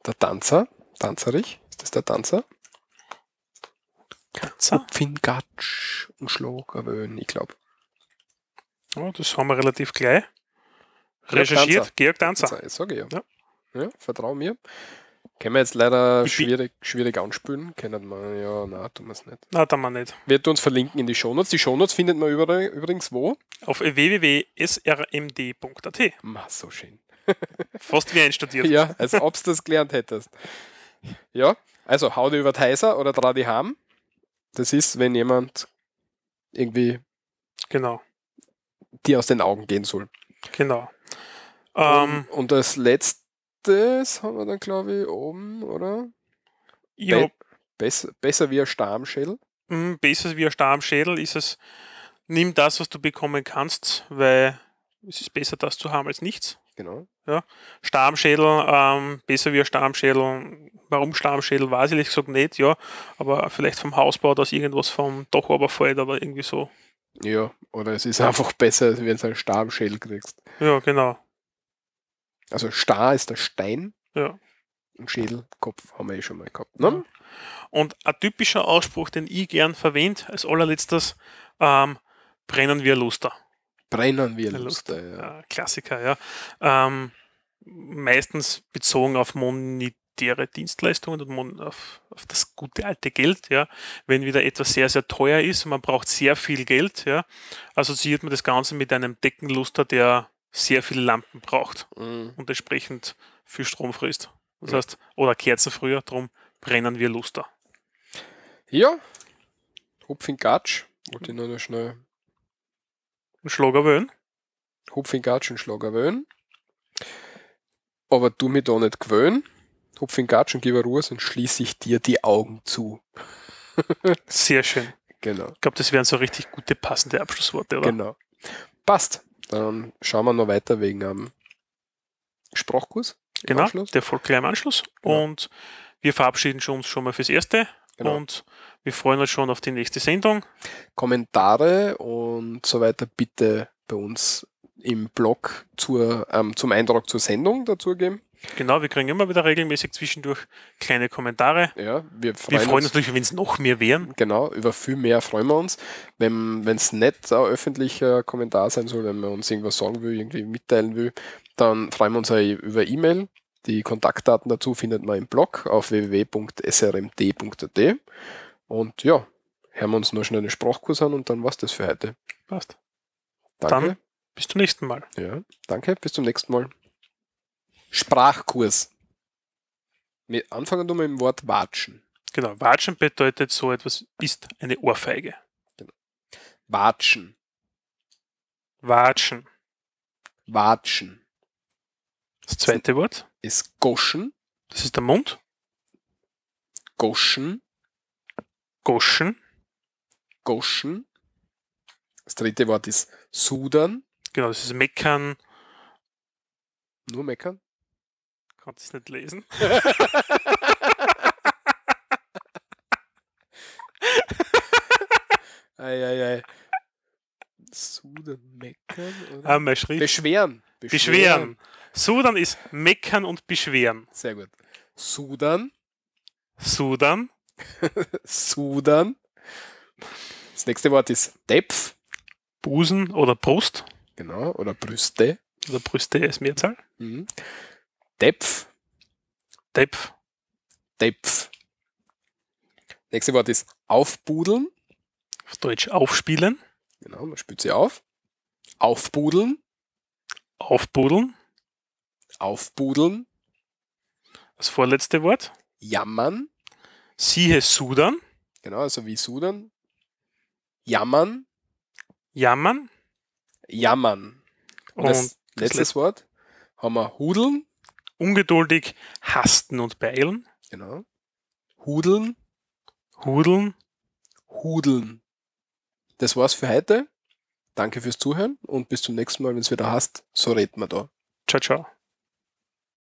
S1: Der Tanzer. Tanzerich. Ist das der Tanzer?
S2: Katze?
S1: Fingatsch und Schlagerwöhn, ich glaube.
S2: Ja, das haben wir relativ gleich.
S1: Georg Danzer.
S2: Recherchiert, Georg Danzer.
S1: Sag, sag ich ja.
S2: Ja.
S1: ja. vertrau mir. Können wir jetzt leider
S2: Ich bin-
S1: schwierig, schwierig anspülen. Kennen wir, ja, nein, tun wir es nicht.
S2: Na, da man nicht.
S1: Wird uns verlinken in die Shownotes. Die Shownotes findet man überall, übrigens wo?
S2: Auf www.srmd.at.
S1: Ma, so schön.
S2: Fast wie einstudiert.
S1: Ja, als ob du das gelernt hättest. Ja, also hau dir über die Häuser oder dra die Ham. Das ist, wenn jemand irgendwie
S2: Genau,
S1: dir aus den Augen gehen soll.
S2: genau. Ähm,
S1: und, und als letztes haben wir dann, glaube ich, oben, oder?
S2: ich hab
S1: Besser, besser wie ein Stammschädel.
S2: Mm, Besser wie ein Star am Schädel ist es, nimm das, was du bekommen kannst, weil es ist besser, das zu haben als nichts.
S1: Genau.
S2: Star am Schädel, ähm, besser wie ein Star am Schädel. Warum Star am Schädel, weiß ich ehrlich gesagt nicht, ja. Aber vielleicht vom Hausbau, dass irgendwas vom Dach runterfällt oder irgendwie so.
S1: Ja, oder es ist einfach besser, als wenn du einen Star am Schädel kriegst.
S2: Ja, genau.
S1: Also Star ist der Stein.
S2: Ja.
S1: Und Schädel, Kopf haben wir eh schon mal gehabt. Ne?
S2: Und ein typischer Ausspruch, den ich gern verwende, als allerletztes, ähm, brennen wir Luster.
S1: Brennen wir äh,
S2: Der
S1: Luster. Ja.
S2: Ja, Klassiker, ja. Ähm, meistens bezogen auf monetäre Dienstleistungen und mon auf, auf das gute alte Geld, ja. Wenn wieder etwas sehr, sehr teuer ist und man braucht sehr viel Geld, ja, assoziiert man das Ganze mit einem Deckenluster, der sehr viele Lampen braucht
S1: Mhm.
S2: und entsprechend viel Strom frisst. Das heißt, oder Kerzen früher, drum brennen wir Luster.
S1: ja. Hopfingatsch. Wollte ich nur noch schnell.
S2: Ein Schlagerwöhn.
S1: Hopfingatsch und Schlagerwöhn. Aber du mich da nicht gewöhnen. Hopfingatsch und gib mir Ruhe, sonst schließe ich dir die Augen zu.
S2: Sehr schön.
S1: Genau.
S2: Ich glaube, das wären so richtig gute, passende Abschlussworte, oder?
S1: Genau. Passt. Dann schauen wir noch weiter wegen einem Sprachkurs. im
S2: Genau,
S1: Anschluss.
S2: der folgt gleich im Anschluss.
S1: Genau.
S2: Und wir verabschieden schon uns schon mal fürs Erste.
S1: Genau.
S2: Und wir freuen uns schon auf die nächste Sendung.
S1: Kommentare und so weiter bitte bei uns im Blog zur, ähm, zum Eintrag zur Sendung dazugeben.
S2: Genau, wir kriegen immer wieder regelmäßig zwischendurch kleine Kommentare.
S1: Ja, wir freuen,
S2: wir freuen uns natürlich, wenn es noch mehr wären.
S1: Genau, über viel mehr freuen wir uns. Wenn es nicht ein öffentlicher Kommentar sein soll, wenn man uns irgendwas sagen will, irgendwie mitteilen will, dann freuen wir uns auch über E-Mail. Die Kontaktdaten dazu findet man im Blog auf www.srmd.at. Und ja, hören wir uns nur schnell einen Sprachkurs an und dann war's das für heute.
S2: Passt.
S1: Danke.
S2: Dann bis zum nächsten Mal.
S1: Ja, danke, bis zum nächsten Mal. Sprachkurs. Wir anfangen nur mit dem Wort watschen.
S2: Genau, Watschen bedeutet so etwas, ist eine Ohrfeige.
S1: Watschen.
S2: Watschen.
S1: Watschen
S2: Das zweite Wort.
S1: ist Goschen.
S2: Das ist der Mund.
S1: Goschen.
S2: Goschen.
S1: Goschen. Das dritte Wort ist Sudern.
S2: Genau, das ist Meckern.
S1: Nur meckern.
S2: Kannst es nicht lesen.
S1: Eieiei. Sudern, meckern. Oder?
S2: Ah, mein Schrift.
S1: Beschweren.
S2: Beschweren. Sudan ist Meckern und Beschweren.
S1: Sehr gut. Sudan.
S2: Sudan.
S1: Sudan. Das nächste Wort ist Depf.
S2: Busen oder Brust.
S1: Genau. Oder Brüste.
S2: Oder Also Brüste ist Mehrzahl.
S1: Mhm. Depf.
S2: Depf.
S1: Depf. Nächste Wort ist aufbudeln.
S2: Auf Deutsch aufspielen.
S1: Genau, man spült sie auf. Aufbudeln.
S2: Aufbudeln.
S1: Aufbudeln.
S2: Das vorletzte Wort.
S1: Jammern.
S2: Siehe Sudan.
S1: Genau, also wie Sudan. Jammern.
S2: Jammern.
S1: Jammern. Und,
S2: Und
S1: das letztes Wort haben wir Hudeln.
S2: ungeduldig hasten und beeilen.
S1: Genau. Hudeln.
S2: Hudeln.
S1: Hudeln. Das war's für heute. Danke fürs Zuhören und bis zum nächsten Mal, wenn es wieder hast. So reden wir da.
S2: Ciao, ciao.